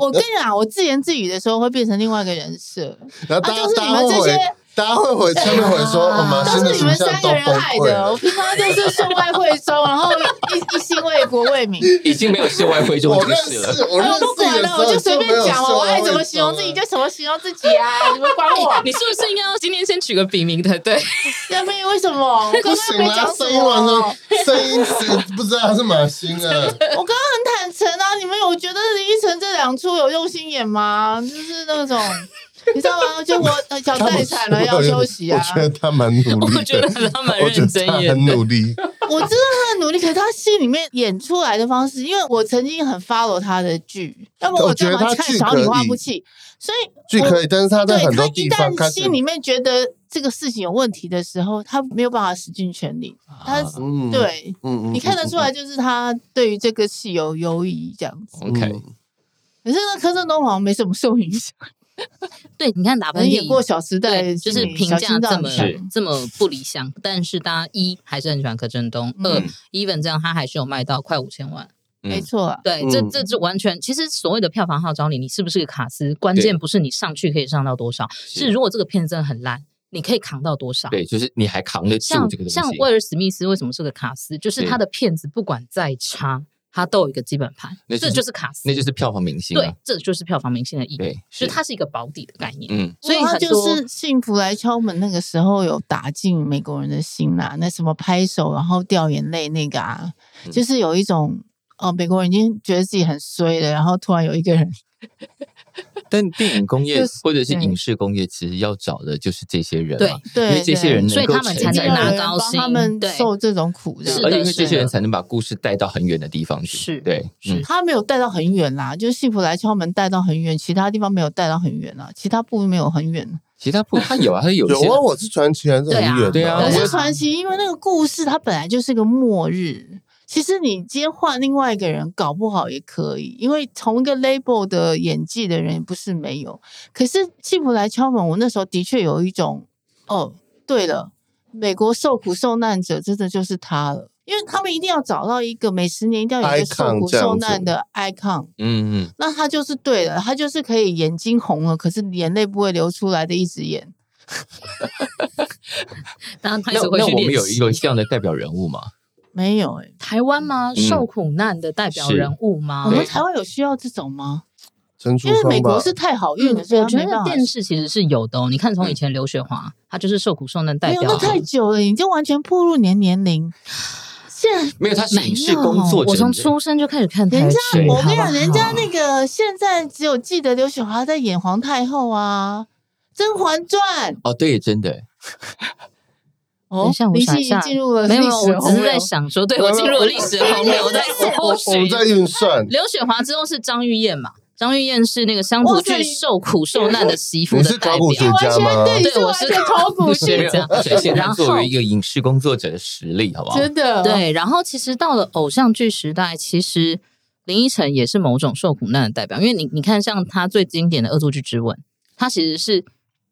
Speaker 2: 我跟你讲，我自言自语的时候会变成另外一个人
Speaker 3: [LAUGHS]
Speaker 2: 设，
Speaker 4: 然后大
Speaker 2: 啊就
Speaker 4: 家
Speaker 2: 是
Speaker 4: 大
Speaker 2: 你
Speaker 4: 家
Speaker 2: 们
Speaker 4: 会
Speaker 2: 这
Speaker 4: 回
Speaker 2: 些，
Speaker 4: 大家会回下面回说，
Speaker 1: 啊
Speaker 4: 我马
Speaker 2: 都
Speaker 4: 新
Speaker 2: 是
Speaker 4: 的
Speaker 2: 你
Speaker 4: 形
Speaker 2: 们
Speaker 4: 象
Speaker 2: 三
Speaker 4: 都
Speaker 2: 个人
Speaker 4: 崩
Speaker 2: 害
Speaker 4: 溃
Speaker 2: 的。我
Speaker 4: 了。
Speaker 2: 平常就是受外会中，然后一一心为国为民。
Speaker 3: 已经没有世外慧中
Speaker 4: 我
Speaker 3: 这个
Speaker 4: 认
Speaker 3: 事了。
Speaker 4: 识，我认
Speaker 2: 哎
Speaker 4: 识
Speaker 2: 我不管
Speaker 4: 你的
Speaker 2: 了，
Speaker 4: 时
Speaker 2: 我
Speaker 4: 候
Speaker 2: 就随
Speaker 4: 没
Speaker 2: 便
Speaker 4: 有
Speaker 2: 讲嘛，
Speaker 4: 说
Speaker 2: 我爱怎么
Speaker 4: 会
Speaker 2: 形容自己
Speaker 4: 说
Speaker 2: 就怎么形容自己啊！你们管我？
Speaker 1: [LAUGHS]
Speaker 4: [LAUGHS]
Speaker 1: 你是不是应该要今天先取个笔名才对？
Speaker 2: 杨幂为什么？我
Speaker 4: 不
Speaker 2: 刚刚
Speaker 4: 行
Speaker 2: 没
Speaker 4: 啦，
Speaker 2: 讲什
Speaker 4: 声音完
Speaker 2: 么
Speaker 4: 了，，声音是不知道他是马新啊。
Speaker 2: 我刚刚很坦诚啊。你们有觉得林依晨这两出有用心演吗？就是那种，你知道吗？就我呃小
Speaker 4: 他
Speaker 2: 待
Speaker 4: 们
Speaker 2: 产
Speaker 4: [LAUGHS]
Speaker 2: 了要休息啊。
Speaker 4: 我觉得他蛮努力的，
Speaker 1: 我觉得他蛮
Speaker 4: 我觉
Speaker 1: 认
Speaker 4: 得
Speaker 1: 真
Speaker 4: 他
Speaker 1: 演
Speaker 4: 很
Speaker 1: 的。
Speaker 4: 努力。
Speaker 2: 我知道他很努力，可是他戏里面演出来的方式，因为我曾经很 follow 他的剧，要不
Speaker 4: 我觉
Speaker 2: 干
Speaker 4: 得
Speaker 2: 嘛
Speaker 4: 他
Speaker 2: 看
Speaker 4: 剧
Speaker 2: 小
Speaker 4: 可
Speaker 2: 女花
Speaker 4: 以
Speaker 2: 不弃？所以
Speaker 4: 剧
Speaker 2: 我
Speaker 4: 可以，但是他在
Speaker 2: 对
Speaker 4: 很
Speaker 2: 他
Speaker 4: 多
Speaker 2: 一
Speaker 4: 地方开
Speaker 2: 旦
Speaker 4: 始，
Speaker 2: 心里面觉得这个事情有问题的时候，他没有办法使尽全力。他、
Speaker 3: 啊
Speaker 4: 嗯，
Speaker 2: 对、
Speaker 4: 嗯，嗯
Speaker 2: 你看得出来，就是他对于这个戏有犹疑这样子。
Speaker 4: 嗯
Speaker 3: OK，
Speaker 4: 嗯
Speaker 2: 可是呢，柯震东好像没什么受影响，
Speaker 1: [LAUGHS] 对，你看打
Speaker 2: 可能
Speaker 1: 喷
Speaker 2: 演过《
Speaker 1: 嚏，
Speaker 2: 小时代
Speaker 1: 对，》，就是评
Speaker 2: 小
Speaker 1: 价
Speaker 2: 心脏
Speaker 1: 这么
Speaker 3: 是
Speaker 1: 这么不理想，但是大家一还是很喜欢柯震东，
Speaker 2: 嗯
Speaker 1: 二 even 这样他还是有卖到快五千万。
Speaker 2: 没错啊。
Speaker 1: 对，这
Speaker 4: 嗯
Speaker 1: 这就完全，其实所谓的票房号召力，你是不是个卡司，关键不是你上去可以上到多少，是如果这个片子真的很烂，你可以扛到多少。
Speaker 3: 对，就是你还扛得住
Speaker 1: 像
Speaker 3: 这个东西。
Speaker 1: 像威尔史密斯为什么是个卡司，就是
Speaker 3: 对
Speaker 1: 他的片子不管再差，他都有一个基本盘，
Speaker 3: 那就是
Speaker 1: 这就是卡司，
Speaker 3: 那就是票房明星
Speaker 1: 对
Speaker 3: 啊。，
Speaker 1: 这就是票房明星的意义，
Speaker 3: 对，
Speaker 1: 就是它是一个保底的概念。
Speaker 3: 嗯，
Speaker 1: 所以
Speaker 2: 他
Speaker 1: 很
Speaker 2: 就
Speaker 1: 多
Speaker 2: 是《幸福来敲门》那个时候有打进美国人的心啦、那什么拍手然后掉眼泪那个啊，
Speaker 3: 嗯
Speaker 2: 就是有一种哦，美国人已经觉得自己很衰了，然后突然有一个人
Speaker 3: 但电影工业
Speaker 2: 就是
Speaker 3: 或者是
Speaker 2: 对
Speaker 3: 影视工业，其实要找的就是这些人
Speaker 1: 对
Speaker 3: 啊，因
Speaker 2: 对
Speaker 3: 为这些人
Speaker 1: 所
Speaker 3: 能
Speaker 1: 以
Speaker 3: 够
Speaker 1: 他们
Speaker 3: 承
Speaker 1: 才能
Speaker 3: 载
Speaker 1: 拿
Speaker 2: 人
Speaker 1: 高
Speaker 2: 帮他
Speaker 1: 薪
Speaker 2: 们
Speaker 1: 对
Speaker 2: 受这种苦的，
Speaker 1: 是的
Speaker 3: 而且因为这些人
Speaker 1: 的
Speaker 3: 才能把故事带到很远的地方去。
Speaker 1: 是
Speaker 3: 对，
Speaker 1: 是
Speaker 3: 嗯
Speaker 2: 他没有带到很远啦，就是幸福来敲门带到很远，其他地方没有带到很远啦，其他部分没有很远。
Speaker 3: 其他部他有啊，他有
Speaker 4: 有
Speaker 3: 些
Speaker 4: 啊，我是传奇，还是很远的
Speaker 3: 对啊
Speaker 2: 可
Speaker 3: 我
Speaker 2: 是传奇，因为那个故事它本来就是个末日。其实你今天换另外一个人，搞不好也可以，因为同一个 label 的演技的人也不是没有。可是《幸福来敲门》，我那时候的确有一种，哦，对了，美国受苦受难者真的就是他了，因为他们一定要找到一个每十年一定要有一个受
Speaker 4: Icon
Speaker 2: 苦
Speaker 4: 这样
Speaker 2: 受
Speaker 4: 子
Speaker 2: 难的 icon。
Speaker 3: 嗯嗯，
Speaker 2: 那他就是对了，他就是可以眼睛红了，可是眼泪不会流出来的，一直演。
Speaker 1: 当然，他一
Speaker 3: 那
Speaker 1: 直会
Speaker 3: 那
Speaker 1: 去
Speaker 3: 我们
Speaker 1: 练
Speaker 3: 有
Speaker 1: 习。
Speaker 3: 有这样的代表人物吗？
Speaker 2: 没有哎、
Speaker 1: 台湾吗？受苦难的代表
Speaker 3: 嗯是
Speaker 1: 人物
Speaker 2: 我
Speaker 1: 吗？
Speaker 2: 们台湾有需要这种吗？
Speaker 4: 陈楚
Speaker 2: 因为
Speaker 4: 风
Speaker 2: 美
Speaker 4: 吧
Speaker 2: 国，是太好运了，所以
Speaker 1: 嗯我
Speaker 2: 他
Speaker 1: 觉
Speaker 2: 没
Speaker 1: 得
Speaker 2: 办法。
Speaker 1: 电视其实是有的哦。你看，
Speaker 3: 嗯
Speaker 1: 从以前刘雪华，她就是受苦受难代
Speaker 2: 没有，
Speaker 1: 表
Speaker 2: 哎那
Speaker 1: 啊。
Speaker 2: 太久了，你就完全步入年年龄。现在
Speaker 3: 没有，他是
Speaker 1: 没
Speaker 3: 影视
Speaker 1: 有，
Speaker 3: 工作者。
Speaker 1: 我从出生就开始看台
Speaker 2: 人家，
Speaker 1: 剧，
Speaker 2: 我跟
Speaker 1: 好不
Speaker 2: 你
Speaker 1: 好
Speaker 2: 讲，人家那个现在只有记得刘雪华在演皇太后啊，《甄嬛传》
Speaker 3: 哦，对，真的，
Speaker 1: 等
Speaker 2: 哦
Speaker 1: 一下，我
Speaker 2: 林
Speaker 1: 想
Speaker 2: 心
Speaker 1: 一
Speaker 2: 怡
Speaker 1: 下
Speaker 2: 进入了
Speaker 1: 没
Speaker 2: 历
Speaker 1: 有，
Speaker 2: 史
Speaker 1: 我只
Speaker 2: 洪
Speaker 1: 是在
Speaker 2: 流。
Speaker 1: 想说，对我进入了历史
Speaker 2: [LAUGHS]
Speaker 1: 洪流，我在搜
Speaker 4: 我
Speaker 1: 寻。
Speaker 4: 们在运算。
Speaker 1: 刘雪华之后是张玉燕嘛？张玉燕是那个乡土
Speaker 2: 哇
Speaker 1: 剧
Speaker 2: 塞
Speaker 1: 受苦受难的媳妇
Speaker 4: 你
Speaker 1: 的
Speaker 4: 是
Speaker 1: 代
Speaker 4: 考古学
Speaker 1: 表。
Speaker 4: 家吗？
Speaker 2: 对，你是
Speaker 1: 对我
Speaker 2: 完
Speaker 1: 是
Speaker 2: 全考古
Speaker 1: [LAUGHS] 对
Speaker 2: 学
Speaker 1: 这样
Speaker 2: [LAUGHS]
Speaker 3: 没有展现
Speaker 1: 然
Speaker 3: 他
Speaker 1: 后
Speaker 3: 作为一个影视工作者的实力，好不好？
Speaker 2: 真的。
Speaker 1: 对，然后其实到了偶像剧时代，其实林依晨也是某种受苦难的代表，因为你你看，像她最经典的《恶作剧之吻》，她其实是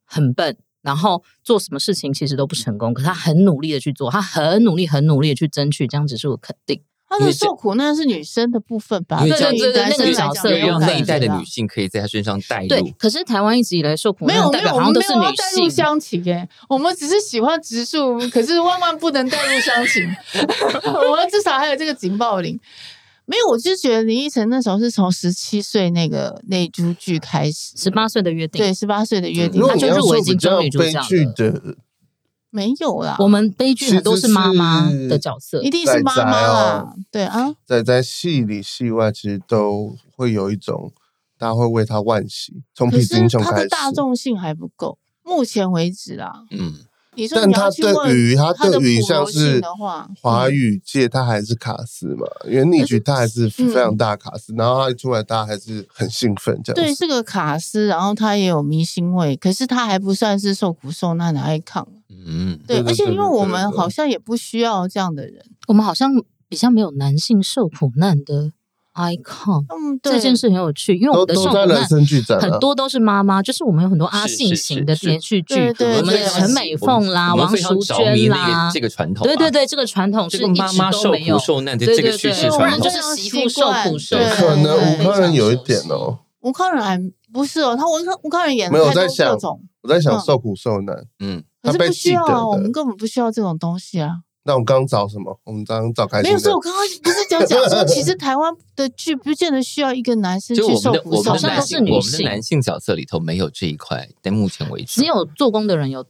Speaker 1: 很笨，然后做什么事情其实都不成功，可她很努力的去做，她很努力、很努力的去争取，这样子是我肯定。
Speaker 2: 她
Speaker 3: 因为
Speaker 2: 的
Speaker 3: 这
Speaker 2: 受苦那是女生的部分吧？
Speaker 3: 因为这
Speaker 2: 对
Speaker 3: 样
Speaker 2: 于
Speaker 1: 子
Speaker 2: 男
Speaker 1: 那个
Speaker 2: 生来
Speaker 1: 角
Speaker 2: 讲
Speaker 1: 色
Speaker 3: 对，
Speaker 1: 有
Speaker 3: 让
Speaker 1: 感
Speaker 3: 那一代的
Speaker 2: 觉
Speaker 3: 女性可以在他身上带
Speaker 1: 对
Speaker 3: 入，。
Speaker 1: 可是台湾一直以来受苦
Speaker 2: 没
Speaker 1: 难
Speaker 2: 有
Speaker 1: 的
Speaker 2: 没
Speaker 1: 代
Speaker 2: 有，
Speaker 1: 表
Speaker 2: 我
Speaker 1: 好
Speaker 2: 们
Speaker 1: 像
Speaker 2: 没
Speaker 1: 都是
Speaker 2: 有要
Speaker 1: 女
Speaker 2: 带入
Speaker 1: 性，
Speaker 2: 乡情耶，我们只是喜欢植树，可是万万不能带入乡情。我们至少还有这个警报铃。没有，我就觉得林依晨那时候是从十七岁那个那出剧开始，
Speaker 1: 十八岁的约定。
Speaker 2: 对，十八岁的约定，
Speaker 4: 嗯如果
Speaker 2: 他
Speaker 4: 你
Speaker 2: 就
Speaker 1: 她
Speaker 4: 要
Speaker 1: 入
Speaker 4: 说
Speaker 1: 围
Speaker 4: 比
Speaker 1: 金
Speaker 4: 较
Speaker 1: 钟女主
Speaker 4: 悲
Speaker 1: 角
Speaker 4: 剧
Speaker 1: 了
Speaker 4: 的，
Speaker 2: 没有啦，
Speaker 1: 我们悲剧很多是妈妈
Speaker 4: 其实是
Speaker 1: 的角色
Speaker 2: 一，定是妈妈
Speaker 4: 哦
Speaker 2: 啦，对啊，
Speaker 4: 在在戏里戏外，其实都会有一种大家会为他惋惜，从
Speaker 2: 可
Speaker 4: 皮
Speaker 2: 是
Speaker 4: 金熊
Speaker 2: 他
Speaker 4: 开
Speaker 2: 的
Speaker 4: 始。
Speaker 2: 大众性还不够，目前为止啦，
Speaker 3: 嗯，
Speaker 2: 你说
Speaker 4: 但
Speaker 2: 你要
Speaker 4: 他
Speaker 2: 去
Speaker 4: 对
Speaker 2: 问
Speaker 4: 于他
Speaker 2: 他的
Speaker 4: 对于
Speaker 2: 普
Speaker 4: 像
Speaker 2: 罗性
Speaker 4: 是
Speaker 2: 的话嗯
Speaker 4: 华语界，他还是卡斯嘛，原理剧他还是非常大卡斯，然后他一出来，大家还是很兴奋这样
Speaker 2: 对，
Speaker 4: 子。
Speaker 2: 是个卡斯，然后他也有迷信味，可是他还不算是受苦受难的 icon。啊
Speaker 3: 嗯，
Speaker 2: 对，
Speaker 4: 对对
Speaker 2: 而且
Speaker 4: 对
Speaker 2: 因为
Speaker 4: 对
Speaker 2: 我
Speaker 4: 对
Speaker 2: 们
Speaker 4: 对
Speaker 2: 好像也不需要这样的人。
Speaker 1: 我们好像比较没有男性受苦难的 icon，
Speaker 2: 嗯，对，
Speaker 1: 这件事很有趣，因为我们
Speaker 4: 都
Speaker 1: 的受
Speaker 4: 都
Speaker 1: 苦
Speaker 4: 在人
Speaker 1: 难。
Speaker 4: 生剧展啊
Speaker 1: 很多都是妈妈，就是我们有很多阿
Speaker 3: 是
Speaker 1: 信
Speaker 3: 是
Speaker 1: 型
Speaker 3: 是
Speaker 1: 的
Speaker 3: 是
Speaker 1: 连续剧，
Speaker 2: 对对
Speaker 1: 我们
Speaker 2: 对
Speaker 1: 的陈美凤啦、
Speaker 3: 我们
Speaker 1: 王
Speaker 3: 非常
Speaker 1: 淑
Speaker 3: 着迷
Speaker 1: 娟
Speaker 3: 那
Speaker 1: 啦
Speaker 3: 个，这个传统啊，
Speaker 1: 对对对，这个传统
Speaker 3: 这
Speaker 1: 是
Speaker 3: 个
Speaker 1: 一
Speaker 3: 妈
Speaker 1: 直
Speaker 3: 妈
Speaker 1: 都
Speaker 3: 受
Speaker 1: 没
Speaker 3: 苦
Speaker 1: 有。
Speaker 3: 受难的
Speaker 1: 对
Speaker 3: 这个
Speaker 1: 对
Speaker 3: 叙
Speaker 1: 对
Speaker 3: 事
Speaker 2: 不
Speaker 3: 传
Speaker 2: 然
Speaker 3: 统
Speaker 2: 就，
Speaker 1: 就是
Speaker 2: 是
Speaker 1: 媳
Speaker 2: 媳
Speaker 1: 妇
Speaker 2: 妇
Speaker 1: 受
Speaker 2: 受
Speaker 1: 苦
Speaker 2: 苦
Speaker 1: 受
Speaker 2: 受
Speaker 1: 难，
Speaker 4: 可能
Speaker 2: 对
Speaker 4: 武汉人有一点哦，
Speaker 2: 吴康仁还不是哦，他吴康吴康仁演
Speaker 4: 没有
Speaker 2: 太
Speaker 4: 在
Speaker 2: 多各
Speaker 4: 想
Speaker 2: 种，
Speaker 4: 我在想
Speaker 2: 嗯
Speaker 4: 受苦受难，
Speaker 3: 嗯，
Speaker 2: 可
Speaker 4: 他
Speaker 2: 是
Speaker 4: 被
Speaker 2: 不需
Speaker 4: 记
Speaker 2: 要
Speaker 4: 得
Speaker 2: 啊，我们
Speaker 4: 的。
Speaker 2: 根本不需要这种东西啊。
Speaker 4: 那我们刚刚找什么？我们刚刚找开
Speaker 2: 没
Speaker 4: 心
Speaker 2: 有，所以
Speaker 4: 的
Speaker 2: 我，刚刚不是讲讲说，其实台湾的剧不见得需要一个男生
Speaker 3: 就
Speaker 2: 去
Speaker 3: 我
Speaker 2: 受
Speaker 3: 们的
Speaker 2: 苦
Speaker 3: 我
Speaker 2: 受
Speaker 1: 好
Speaker 3: 们的
Speaker 1: 像
Speaker 2: 难
Speaker 3: 男
Speaker 1: 都。是
Speaker 3: 性
Speaker 1: 女
Speaker 3: 我们的
Speaker 1: 性
Speaker 3: 男性角色里头没有这一块，在目前为止
Speaker 1: 只有做工的人有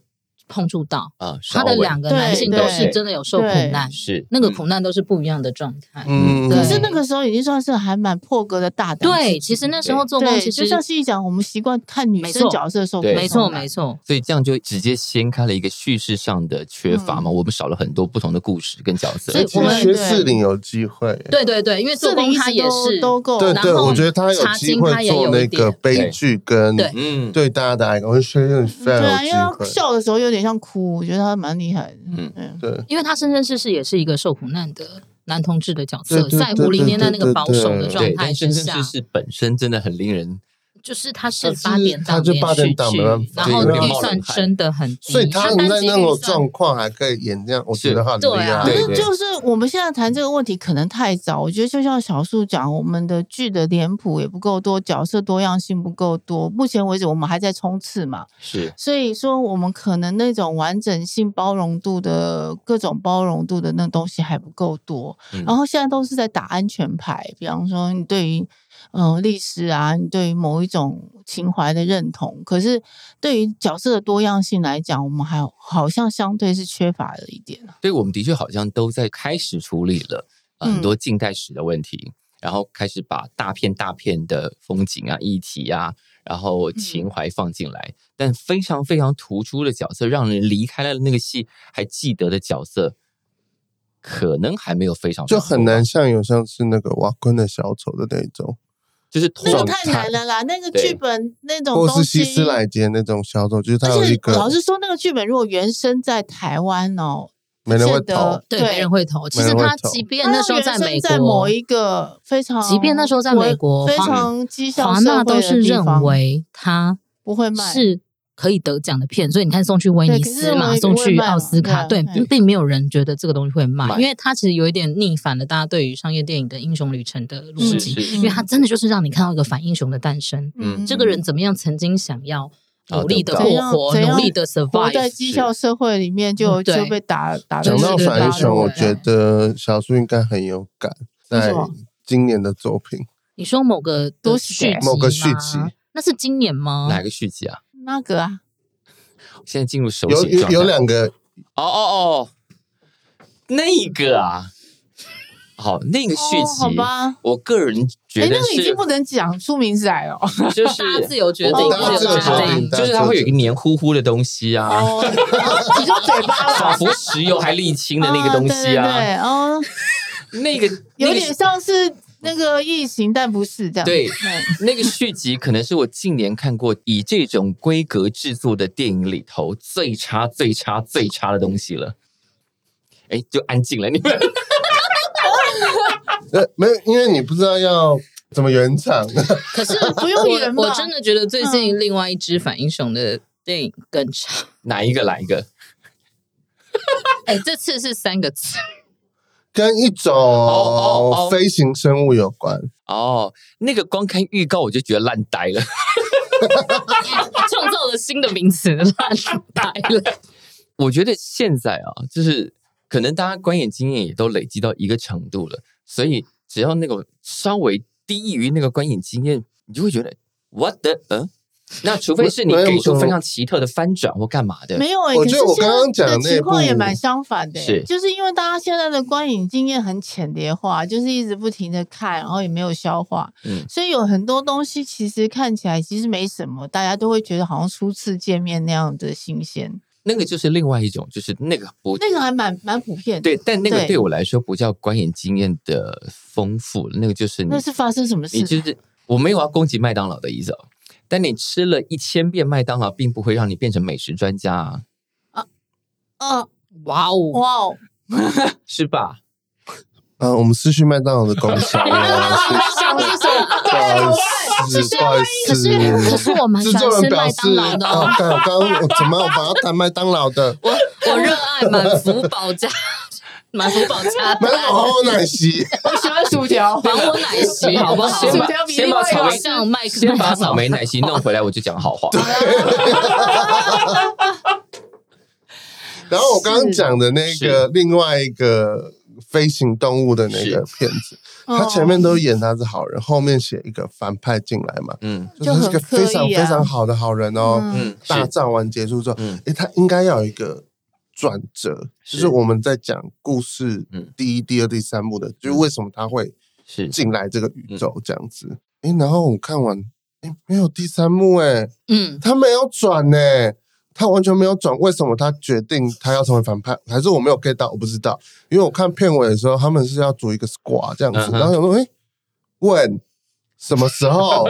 Speaker 1: 碰触到，
Speaker 3: 啊，
Speaker 1: 他的
Speaker 3: 稍微
Speaker 1: 两个男性都是
Speaker 3: 对
Speaker 1: 真的有受苦难，
Speaker 3: 是嗯
Speaker 1: 那个苦难都是不一样的状态。
Speaker 4: 嗯，
Speaker 1: 对
Speaker 2: 可是那个时候已经算是还蛮破格的大胆。
Speaker 1: 对，其实那时候做工
Speaker 2: 对，
Speaker 1: 其实
Speaker 2: 就像是一讲，我们习惯看女
Speaker 1: 没
Speaker 2: 生
Speaker 1: 错
Speaker 2: 角色受苦
Speaker 3: 对
Speaker 1: 没
Speaker 2: 受
Speaker 1: 错
Speaker 2: 难
Speaker 1: 没错，
Speaker 3: 所以这样就直接掀开了一个叙事上的缺乏嘛，我们少了很多不同的故事跟角
Speaker 1: 嗯
Speaker 3: 色
Speaker 1: 所以。
Speaker 4: 其
Speaker 1: 我们
Speaker 4: 实薛四零有机会。
Speaker 1: 对对对，因为做
Speaker 2: 这
Speaker 1: 工
Speaker 2: 里
Speaker 1: 他也是
Speaker 2: 都够，
Speaker 4: 对
Speaker 1: 然
Speaker 4: 对，
Speaker 1: 后
Speaker 4: 我觉得他有
Speaker 1: 茶
Speaker 4: 机
Speaker 1: 经
Speaker 4: 会
Speaker 1: 他也
Speaker 4: 做
Speaker 1: 有
Speaker 4: 那
Speaker 1: 一
Speaker 4: 个
Speaker 1: 点
Speaker 4: 悲
Speaker 3: 对
Speaker 4: 剧跟
Speaker 1: 对
Speaker 3: 嗯，
Speaker 4: 对大家的爱，我觉得非
Speaker 2: 对啊，因
Speaker 4: 常有机
Speaker 2: 为他
Speaker 4: 会。
Speaker 2: 笑的时候有点像哭，我觉得他蛮厉害的。
Speaker 3: 嗯
Speaker 2: 嗯，
Speaker 4: [LAUGHS] 对，
Speaker 1: 因为他生生世世也是一个受苦难的男同志的角色，
Speaker 4: 对对
Speaker 1: 在
Speaker 4: 对
Speaker 1: 五零
Speaker 4: 对
Speaker 1: 年代那
Speaker 4: 对
Speaker 1: 个
Speaker 4: 对
Speaker 1: 保守的
Speaker 4: 对
Speaker 1: 状
Speaker 3: 对，
Speaker 1: 态
Speaker 3: 但
Speaker 1: 之
Speaker 3: 生
Speaker 1: 下
Speaker 3: 生世，世本身真的很令人，
Speaker 1: 就是他是
Speaker 4: 他是
Speaker 1: 八点档
Speaker 4: 他就
Speaker 1: 连
Speaker 4: 八点
Speaker 1: 续
Speaker 4: 档
Speaker 1: 剧
Speaker 4: 没办法，
Speaker 1: 然后
Speaker 4: 对
Speaker 1: 预算真的很低，
Speaker 4: 所以他
Speaker 1: 他
Speaker 4: 们
Speaker 1: 单
Speaker 4: 在
Speaker 1: 集
Speaker 4: 那
Speaker 1: 预
Speaker 4: 种
Speaker 1: 算
Speaker 4: 状况还可以演这样，我觉得他很厉
Speaker 1: 对啊
Speaker 4: 害。
Speaker 2: 可
Speaker 3: 对
Speaker 2: 是就是我们现在谈这个问题可能太早，我觉得就像小树讲，我们的剧的脸谱也不够多，角色多样性不够多。目前为止，我们还在冲刺嘛，
Speaker 3: 是
Speaker 2: 所以说我们可能那种完整性、包容度的各种包容度的那东西还不够多。
Speaker 3: 嗯
Speaker 2: 然后现在都是在打安全牌，比方说你对于嗯、呃历史啊，你对于某一种情怀的认同，可是对于角色的多样性来讲，我们还好像相对是缺乏了一点。啊
Speaker 3: 对我们的确好像都在开始处理了呃
Speaker 2: 嗯
Speaker 3: 很多近代史的问题，然后开始把大片大片的风景啊、议题啊，然后
Speaker 2: 嗯
Speaker 3: 情怀放进来，但非常非常突出的角色，让人离开了那个戏还记得的角色，可能还没有非常
Speaker 4: 就很
Speaker 3: 多吧
Speaker 4: 难，像有像是那个瓦昆的小丑的那一种，
Speaker 3: 就是
Speaker 2: 那个
Speaker 3: 状
Speaker 2: 太
Speaker 3: 态
Speaker 2: 难了啦，那个
Speaker 3: 对
Speaker 2: 剧本那种
Speaker 4: 或
Speaker 2: 东
Speaker 4: 是
Speaker 2: 西
Speaker 4: 希，斯莱杰那种小丑，就是他
Speaker 2: 而
Speaker 4: 有一
Speaker 2: 且
Speaker 4: 个
Speaker 2: 老实说，那个剧本如果原生在台湾哦，
Speaker 4: 没人会
Speaker 2: 不见得
Speaker 4: 投，
Speaker 1: 对没人会投。其
Speaker 4: 没
Speaker 1: 实
Speaker 4: 人会
Speaker 1: 他
Speaker 4: 投
Speaker 1: 即便
Speaker 2: 他
Speaker 1: 那时候在
Speaker 2: 原生
Speaker 1: 美
Speaker 2: 在某
Speaker 1: 国，
Speaker 2: 一个非常，
Speaker 1: 即便那时候在美国
Speaker 2: 非
Speaker 1: 华
Speaker 2: 常绩效
Speaker 1: 华
Speaker 2: 社
Speaker 1: 纳
Speaker 2: 会
Speaker 1: 都
Speaker 2: 的
Speaker 1: 是
Speaker 2: 地
Speaker 1: 认
Speaker 2: 方
Speaker 1: 为他
Speaker 2: 不会卖，
Speaker 1: 是可以得奖的片，所以你看送去威尼斯啦，
Speaker 2: 对可是
Speaker 1: 送去奥斯卡，
Speaker 2: 不会
Speaker 1: 对
Speaker 2: 卖嘛对，啊
Speaker 1: 并没有人觉得这个东西会卖，
Speaker 3: 卖
Speaker 1: 因为它其实有一点逆反了大家对于商业电影的英雄旅程的逻
Speaker 3: 是
Speaker 1: 辑，
Speaker 3: 嗯是
Speaker 1: 因为它真的就是让你看到一个反英雄的诞生，
Speaker 3: 嗯
Speaker 1: 这个人怎么样曾经想要努力的
Speaker 3: 啊
Speaker 2: 对
Speaker 1: 过活，
Speaker 2: 怎样
Speaker 1: 努力的
Speaker 2: 活在
Speaker 1: survive，
Speaker 2: 绩效社会里面就
Speaker 1: 嗯对
Speaker 2: 就被打打得
Speaker 4: 讲到
Speaker 2: 稀里
Speaker 4: 反英
Speaker 2: 哗啦
Speaker 4: 雄，我
Speaker 2: 的
Speaker 4: 觉得小树应该很有感，
Speaker 2: 为什
Speaker 4: 在
Speaker 2: 么
Speaker 4: 今年的作品，
Speaker 1: 你说某个的
Speaker 2: 都是
Speaker 1: 续集
Speaker 4: 某个续
Speaker 1: 吗
Speaker 4: 集，
Speaker 1: 那是今年吗？
Speaker 3: 哪个续集啊？
Speaker 2: 那个啊，
Speaker 3: 现在进入手
Speaker 4: 有
Speaker 3: 写
Speaker 4: 有
Speaker 3: 状态
Speaker 4: 有两个
Speaker 3: 哦哦哦，那个啊，好，那个续
Speaker 2: 哦好
Speaker 3: 集，
Speaker 2: 吧。
Speaker 3: 我个人觉
Speaker 2: 哎，
Speaker 3: 得
Speaker 2: 那个已
Speaker 3: 是
Speaker 2: 经不能讲出名字来了。
Speaker 4: 啊
Speaker 3: 就
Speaker 1: 大家
Speaker 3: 是
Speaker 1: 自由决定，
Speaker 2: 哦大家
Speaker 1: 自由
Speaker 2: 自由决定
Speaker 3: 就是它会有一个黏糊糊的东西啊，
Speaker 4: [LAUGHS]
Speaker 2: 哦，你说嘴巴
Speaker 3: 仿
Speaker 2: 啦，
Speaker 3: 佛石油还沥青的那个东西啊，
Speaker 2: 对，对对哦，
Speaker 3: [LAUGHS] 那个
Speaker 2: 有
Speaker 3: 那个
Speaker 2: 点像是那个异形，但不是这样。
Speaker 3: 对
Speaker 2: 嗯，
Speaker 3: 那个续集可能是我近年看过以这种规格制作的电影里头最差、最差、最差的东西了。哎，就安静了，你们 [LAUGHS]
Speaker 4: 呃，没有，因为你不知道要怎么圆场，
Speaker 1: 可是
Speaker 2: [LAUGHS] 不用演吧嗯
Speaker 1: 我我真的觉得最近另外一支反英雄的电影更差。
Speaker 3: 哪一个来一个？
Speaker 1: 哎、这次是三个字， [LAUGHS]
Speaker 4: 跟一
Speaker 3: 哦哦
Speaker 4: 种飞行生物有关。
Speaker 3: 哦，那个光看预告我就觉得烂呆了。
Speaker 1: 创造了新的名词，烂白了。
Speaker 3: 我觉得现在啊，就是可能大家观演经验也都累积到一个程度了，所以只要那个稍微低于那个观演经验，你就会觉得 what the 嗯、那除非是你给出非常奇特的翻转或干嘛的，
Speaker 2: 没有哎、欸，
Speaker 4: 我觉
Speaker 2: 可
Speaker 4: 得
Speaker 2: 是
Speaker 4: 我刚刚
Speaker 2: 现在
Speaker 4: 讲的
Speaker 2: 的
Speaker 4: 那
Speaker 2: 情况也
Speaker 4: 部
Speaker 2: 蛮相反的欸、
Speaker 3: 是
Speaker 2: 就是因为大家现在的观影经验很浅叠化，就是一直不停的看，然后也没有消化，
Speaker 3: 嗯
Speaker 2: 所以有很多东西其实看起来其实没什么，大家都会觉得好像初次见面那样的新鲜。
Speaker 3: 那个就是另外一种，就是那个不
Speaker 2: 那个还蛮蛮普遍的。
Speaker 3: 对，但那个
Speaker 2: 对
Speaker 3: 对我来说不叫观影经验的丰富，那个就是你
Speaker 2: 那是发生什么事？
Speaker 3: 你就是我没有要攻击麦当劳的意思哦，但你吃了一千遍麦当劳，并不会让你变成美食专家啊，
Speaker 2: 嗯，
Speaker 1: 哇哦，
Speaker 2: 哇哦，
Speaker 3: 是吧？
Speaker 4: 嗯，我们失去麦当劳的功效
Speaker 1: [LAUGHS]
Speaker 4: 了，
Speaker 3: 啊
Speaker 2: 想是什么？
Speaker 4: 不好意思，不好意
Speaker 1: 可是 [LAUGHS] 可
Speaker 4: 思。
Speaker 1: 是我蛮喜
Speaker 4: 制
Speaker 1: 欢
Speaker 4: 作
Speaker 1: 吃麦
Speaker 4: 人表
Speaker 1: 当
Speaker 4: 示，
Speaker 1: 劳的哦
Speaker 4: 啊，，刚刚我怎么我把它谈麦当劳的？
Speaker 1: [LAUGHS] 我我热爱满福宝加满福宝
Speaker 4: [LAUGHS]
Speaker 1: 加
Speaker 4: 麦当劳
Speaker 1: 蛋，
Speaker 4: 好奶昔，
Speaker 2: 我喜欢薯条，
Speaker 1: 绑我奶昔好不好？
Speaker 3: 先把
Speaker 2: 薯条比
Speaker 3: 先
Speaker 2: 另
Speaker 3: 把
Speaker 2: 外一
Speaker 3: 草
Speaker 2: 个
Speaker 3: 莓
Speaker 2: 好吃
Speaker 1: 像麦
Speaker 3: 先把草莓奶昔弄回来，我就讲好话。
Speaker 4: 然后我刚刚讲的那个另外一个飞行动物的那个骗子，
Speaker 1: 哦
Speaker 4: 他前面都演他是好人，后面写一个反派进来嘛，
Speaker 3: 嗯
Speaker 4: 就是他是个非
Speaker 2: 就很
Speaker 4: 常
Speaker 2: 刻意
Speaker 4: 非
Speaker 2: 啊
Speaker 4: 常好的好人哦。
Speaker 2: 嗯
Speaker 3: 嗯，
Speaker 4: 大
Speaker 3: 是
Speaker 4: 战完结束之后，
Speaker 3: 嗯
Speaker 4: 诶，他应该要有一个转折，
Speaker 3: 是
Speaker 4: 就是我们在讲故事
Speaker 3: 嗯
Speaker 4: 第一、第二、第三部的，就是为什么他会
Speaker 3: 是
Speaker 4: 进来这个宇宙
Speaker 3: 嗯
Speaker 4: 这样子。诶，然后我看完，诶，没有第三幕，诶，
Speaker 1: 嗯，
Speaker 4: 他没有转呢、他完全没有转。为什么他决定他要成为反派？还是我没有 get 到？我不知道，因为我看片尾的时候，他们是要组一个 squad 这样
Speaker 3: 嗯
Speaker 4: 子，
Speaker 3: 哼
Speaker 4: 然后想说，诶，问什么时
Speaker 3: [LAUGHS]
Speaker 4: 候？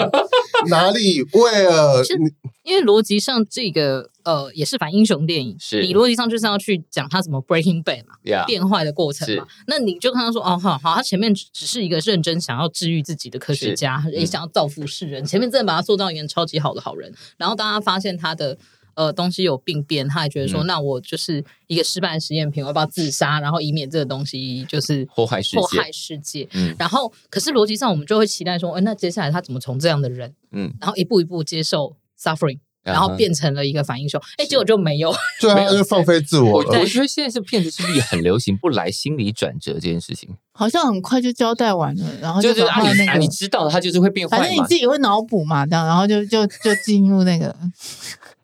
Speaker 4: 哪里？where？
Speaker 1: 是
Speaker 4: 你
Speaker 1: 因为逻辑上这个呃也是反英雄电影，
Speaker 3: 是
Speaker 1: 你逻辑上就是要去讲他怎么 breaking bad 嘛，
Speaker 3: 呀，
Speaker 1: 变坏的过程嘛。那你就看到说，哦，好好，他前面只只是一个认真想要治愈自己的科学家，
Speaker 3: 嗯
Speaker 1: 也想要造福世人，前面真的把他塑造一个超级好的好人。然后当他发现他的呃东西有病变，他还觉得说，
Speaker 3: 嗯
Speaker 1: 那我就是一个失败的实验品，我要不要自杀？然后以免这个东西就是
Speaker 3: 祸害世
Speaker 1: 祸
Speaker 3: 界
Speaker 1: 害世界。
Speaker 3: 嗯
Speaker 1: 然后，可是逻辑上我们就会期待说，哎，那接下来他怎么从这样的人，
Speaker 3: 嗯，
Speaker 1: 然后一步一步接受 suffering，然
Speaker 3: 啊哈
Speaker 1: 后变成了一个反英雄？哎，结果就没有。
Speaker 4: 对啊，
Speaker 3: 没有
Speaker 4: 他就放飞自
Speaker 3: 我
Speaker 4: 我了。
Speaker 3: 我觉得现在是骗子是不是也很流行不来心理转折这件事情？
Speaker 2: 好像很快就交代完了，然后
Speaker 3: 就
Speaker 2: 哦就是赶
Speaker 3: 啊
Speaker 2: 快
Speaker 3: 你
Speaker 2: 那
Speaker 3: 啊
Speaker 2: 个
Speaker 3: 你，知道了，他就是会变
Speaker 2: 反
Speaker 3: 坏
Speaker 2: 正你
Speaker 3: 嘛
Speaker 2: 自。己会脑补嘛，这样，然后就就就进入那个，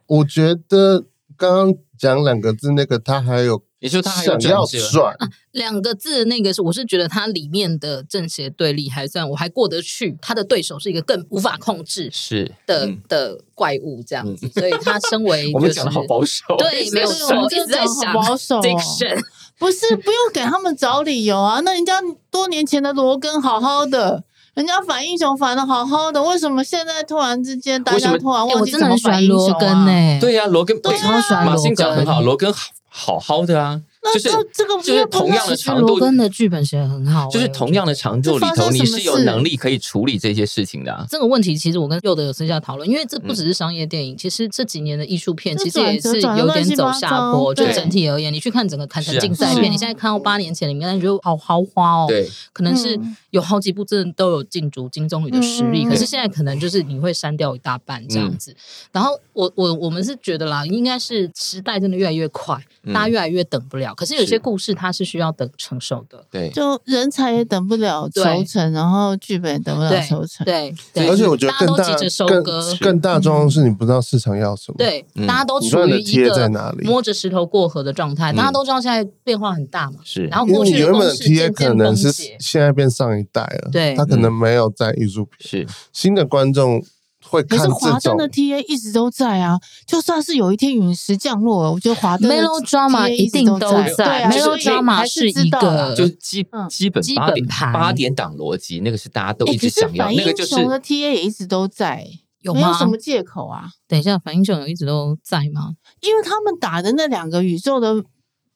Speaker 4: 我觉得刚刚讲两个字，那个他还有
Speaker 3: 你说他还有
Speaker 4: 想
Speaker 3: 转
Speaker 4: 要
Speaker 3: 折，
Speaker 4: 转，
Speaker 1: 啊两个字的那个是，我是觉得它里面的正邪对立还算我还过得去，他的对手是一个更无法控制
Speaker 3: 是
Speaker 1: 的、
Speaker 3: 嗯
Speaker 1: 的怪物这样子，所以他身为、就是、
Speaker 3: [LAUGHS] 我们讲的好保守，
Speaker 1: 对，没有
Speaker 2: 所以我
Speaker 1: 错，
Speaker 2: 们
Speaker 1: 一
Speaker 2: 真
Speaker 1: 直
Speaker 2: 的
Speaker 1: 在
Speaker 2: 讲得
Speaker 1: 想哎
Speaker 2: 好保守哦
Speaker 1: diction，
Speaker 2: 不是不用给他们找理由啊，那人家多年前的罗根好好的。人家反英雄反的好好的，为什么现在突然之间大
Speaker 3: 为什
Speaker 2: 家
Speaker 3: 么
Speaker 2: 突然
Speaker 1: 哎
Speaker 2: 忘
Speaker 1: 我
Speaker 2: 记
Speaker 1: 真
Speaker 2: 怎
Speaker 1: 的
Speaker 2: 么
Speaker 1: 很喜
Speaker 2: 反
Speaker 1: 欢
Speaker 2: 英
Speaker 1: 罗
Speaker 2: 雄
Speaker 1: 根
Speaker 2: 啊？
Speaker 1: 呢、
Speaker 3: 对呀、罗根，
Speaker 1: 我超喜欢
Speaker 3: 马
Speaker 1: 罗
Speaker 3: 欣讲很好，
Speaker 1: 根
Speaker 3: 罗根好好好的啊，
Speaker 2: 那
Speaker 3: 就是
Speaker 2: 这这个不
Speaker 3: 就是
Speaker 2: 是不
Speaker 3: 同
Speaker 2: 是
Speaker 3: 样的
Speaker 1: 其实
Speaker 3: 长
Speaker 1: 罗
Speaker 3: 度，
Speaker 1: 根的剧本写的很好、哎
Speaker 3: 就是同样的长度里
Speaker 2: 这发
Speaker 3: 头，
Speaker 2: 生
Speaker 3: 你
Speaker 2: 什么
Speaker 3: 是有
Speaker 2: 事
Speaker 3: 能力可以处理这些事情的、啊。
Speaker 1: 这个问题其实我跟佑德有私下讨论，因为这
Speaker 3: 嗯
Speaker 1: 不只是商业电影，其实这几年的艺术片
Speaker 2: 这
Speaker 1: 其实也是
Speaker 2: 转折
Speaker 1: 有点走下坡。就
Speaker 2: 转折
Speaker 3: 乱七八糟对
Speaker 1: 整体而言，你去看整个坎城竞赛
Speaker 2: 是啊
Speaker 1: 片，
Speaker 2: 嗯
Speaker 1: 你现在看到八年前的名单，你觉得好豪华哦，
Speaker 3: 对，
Speaker 1: 可能是
Speaker 2: 嗯
Speaker 1: 有好几部真的都有进足金棕榈的实力，
Speaker 2: 嗯嗯嗯
Speaker 1: 可是现在可能就是你会删掉一大半这
Speaker 4: 嗯
Speaker 1: 样子。然后我我我们是觉得啦，应该是时代真的越来越快，
Speaker 3: 嗯
Speaker 1: 大家越来越等不了。可是有些
Speaker 3: 是
Speaker 1: 故事它是需要等成熟的，
Speaker 3: 对，
Speaker 2: 就人才也等不了
Speaker 1: 对
Speaker 2: 愁成，然后剧本也等不了愁成。
Speaker 1: 对，对
Speaker 4: 而且我觉得
Speaker 1: 大家
Speaker 4: 更
Speaker 1: 都
Speaker 4: 大
Speaker 1: 急着收
Speaker 4: 更
Speaker 1: 割。
Speaker 4: 更大众的是你不知道市场要什么。，
Speaker 1: 对，
Speaker 3: 嗯
Speaker 1: 大家都
Speaker 4: 你
Speaker 1: 处
Speaker 4: 说你
Speaker 1: 于
Speaker 4: 的
Speaker 1: 一
Speaker 4: 贴在
Speaker 1: 个
Speaker 4: 哪里？
Speaker 1: 摸着石头过河的状态，
Speaker 3: 嗯
Speaker 1: 大家都知道现在变化很大嘛。
Speaker 3: 是
Speaker 1: 然后
Speaker 4: 因
Speaker 1: 过
Speaker 4: 为你
Speaker 1: 去
Speaker 4: 原本
Speaker 1: 公
Speaker 4: 的
Speaker 1: 式渐
Speaker 4: TA 可
Speaker 1: 渐
Speaker 4: 能
Speaker 1: 崩
Speaker 4: 是
Speaker 1: 解，
Speaker 4: 现在变上一代了，
Speaker 1: 对
Speaker 4: 他可能
Speaker 3: 嗯
Speaker 4: 没有在艺术品，
Speaker 3: 是
Speaker 4: 新的观众会
Speaker 2: 可
Speaker 4: 看
Speaker 1: 嗯
Speaker 2: 是
Speaker 4: 这
Speaker 2: 华灯
Speaker 4: 种
Speaker 2: 的 TA 一直都在啊，就算是有一天陨石降落了，我觉得华灯的
Speaker 1: Melodrama
Speaker 2: TA
Speaker 1: 一定
Speaker 2: 都
Speaker 1: 都
Speaker 2: 对
Speaker 1: 在
Speaker 2: 啊，
Speaker 1: Melodrama
Speaker 2: 还是
Speaker 1: 是一
Speaker 2: 知道啦
Speaker 1: 个
Speaker 3: 就基
Speaker 2: 嗯
Speaker 3: 基本
Speaker 1: 呃基
Speaker 3: 八
Speaker 1: 本
Speaker 3: 点
Speaker 1: 盘哎
Speaker 3: 八点档逻辑，那个是大家都
Speaker 2: 欸
Speaker 3: 一直想要，
Speaker 2: 可是
Speaker 3: 那个
Speaker 2: 反英
Speaker 3: 就是
Speaker 2: 雄的 TA 也一直都在，
Speaker 1: 有
Speaker 2: 没有
Speaker 1: 吗？
Speaker 2: 什么借口啊，
Speaker 1: 等一下，反英雄有一直都在吗？
Speaker 2: 因为他们打的那两个宇宙的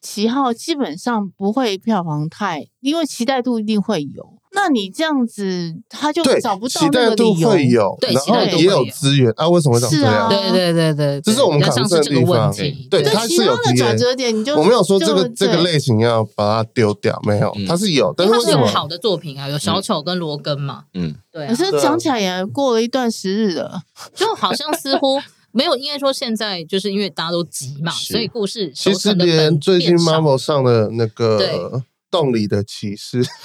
Speaker 2: 旗号基本上不会票房太，因为期待度一定会有。那你这样子，他就
Speaker 4: 对
Speaker 2: 找不到
Speaker 4: 期
Speaker 2: 那
Speaker 4: 待
Speaker 2: 个
Speaker 4: 度
Speaker 2: 理由。
Speaker 4: 会有，
Speaker 1: 对
Speaker 4: 然
Speaker 1: 期
Speaker 4: 后
Speaker 2: 待度
Speaker 4: 也
Speaker 1: 会
Speaker 4: 有
Speaker 1: 有
Speaker 4: 资源啊？为什么会长
Speaker 2: 是
Speaker 4: 这样
Speaker 2: 啊？
Speaker 1: 对对对对，
Speaker 4: 这是我们
Speaker 1: 比较像是这个问
Speaker 4: 讨论的
Speaker 1: 题
Speaker 4: 地方。哎对
Speaker 2: 对
Speaker 4: 它
Speaker 2: 其
Speaker 4: 是有
Speaker 2: 他的
Speaker 4: TA
Speaker 2: 转折点，你就
Speaker 4: 我没有说这个
Speaker 2: 就对
Speaker 4: 这个类型要把它丢掉，没有
Speaker 3: 嗯，
Speaker 4: 它是有，但
Speaker 1: 因
Speaker 4: 是
Speaker 1: 为它
Speaker 4: 为
Speaker 1: 是
Speaker 4: 什
Speaker 1: 有
Speaker 4: 么？
Speaker 1: 好的作品啊，有小丑跟罗根嘛，
Speaker 3: 嗯，
Speaker 1: 对啊
Speaker 2: 可，是讲起来也过了一段时日
Speaker 4: [LAUGHS]
Speaker 2: 了，
Speaker 1: 就好像似 [LAUGHS] 乎没有，应该说现在就是因为大家都急嘛，
Speaker 3: 是
Speaker 1: 所以故事
Speaker 4: 其
Speaker 1: 熟
Speaker 4: 实
Speaker 1: 成的本
Speaker 4: 连最近
Speaker 1: 变少
Speaker 4: Marvel 上的那
Speaker 1: 对
Speaker 4: 个洞里的骑士， [LAUGHS]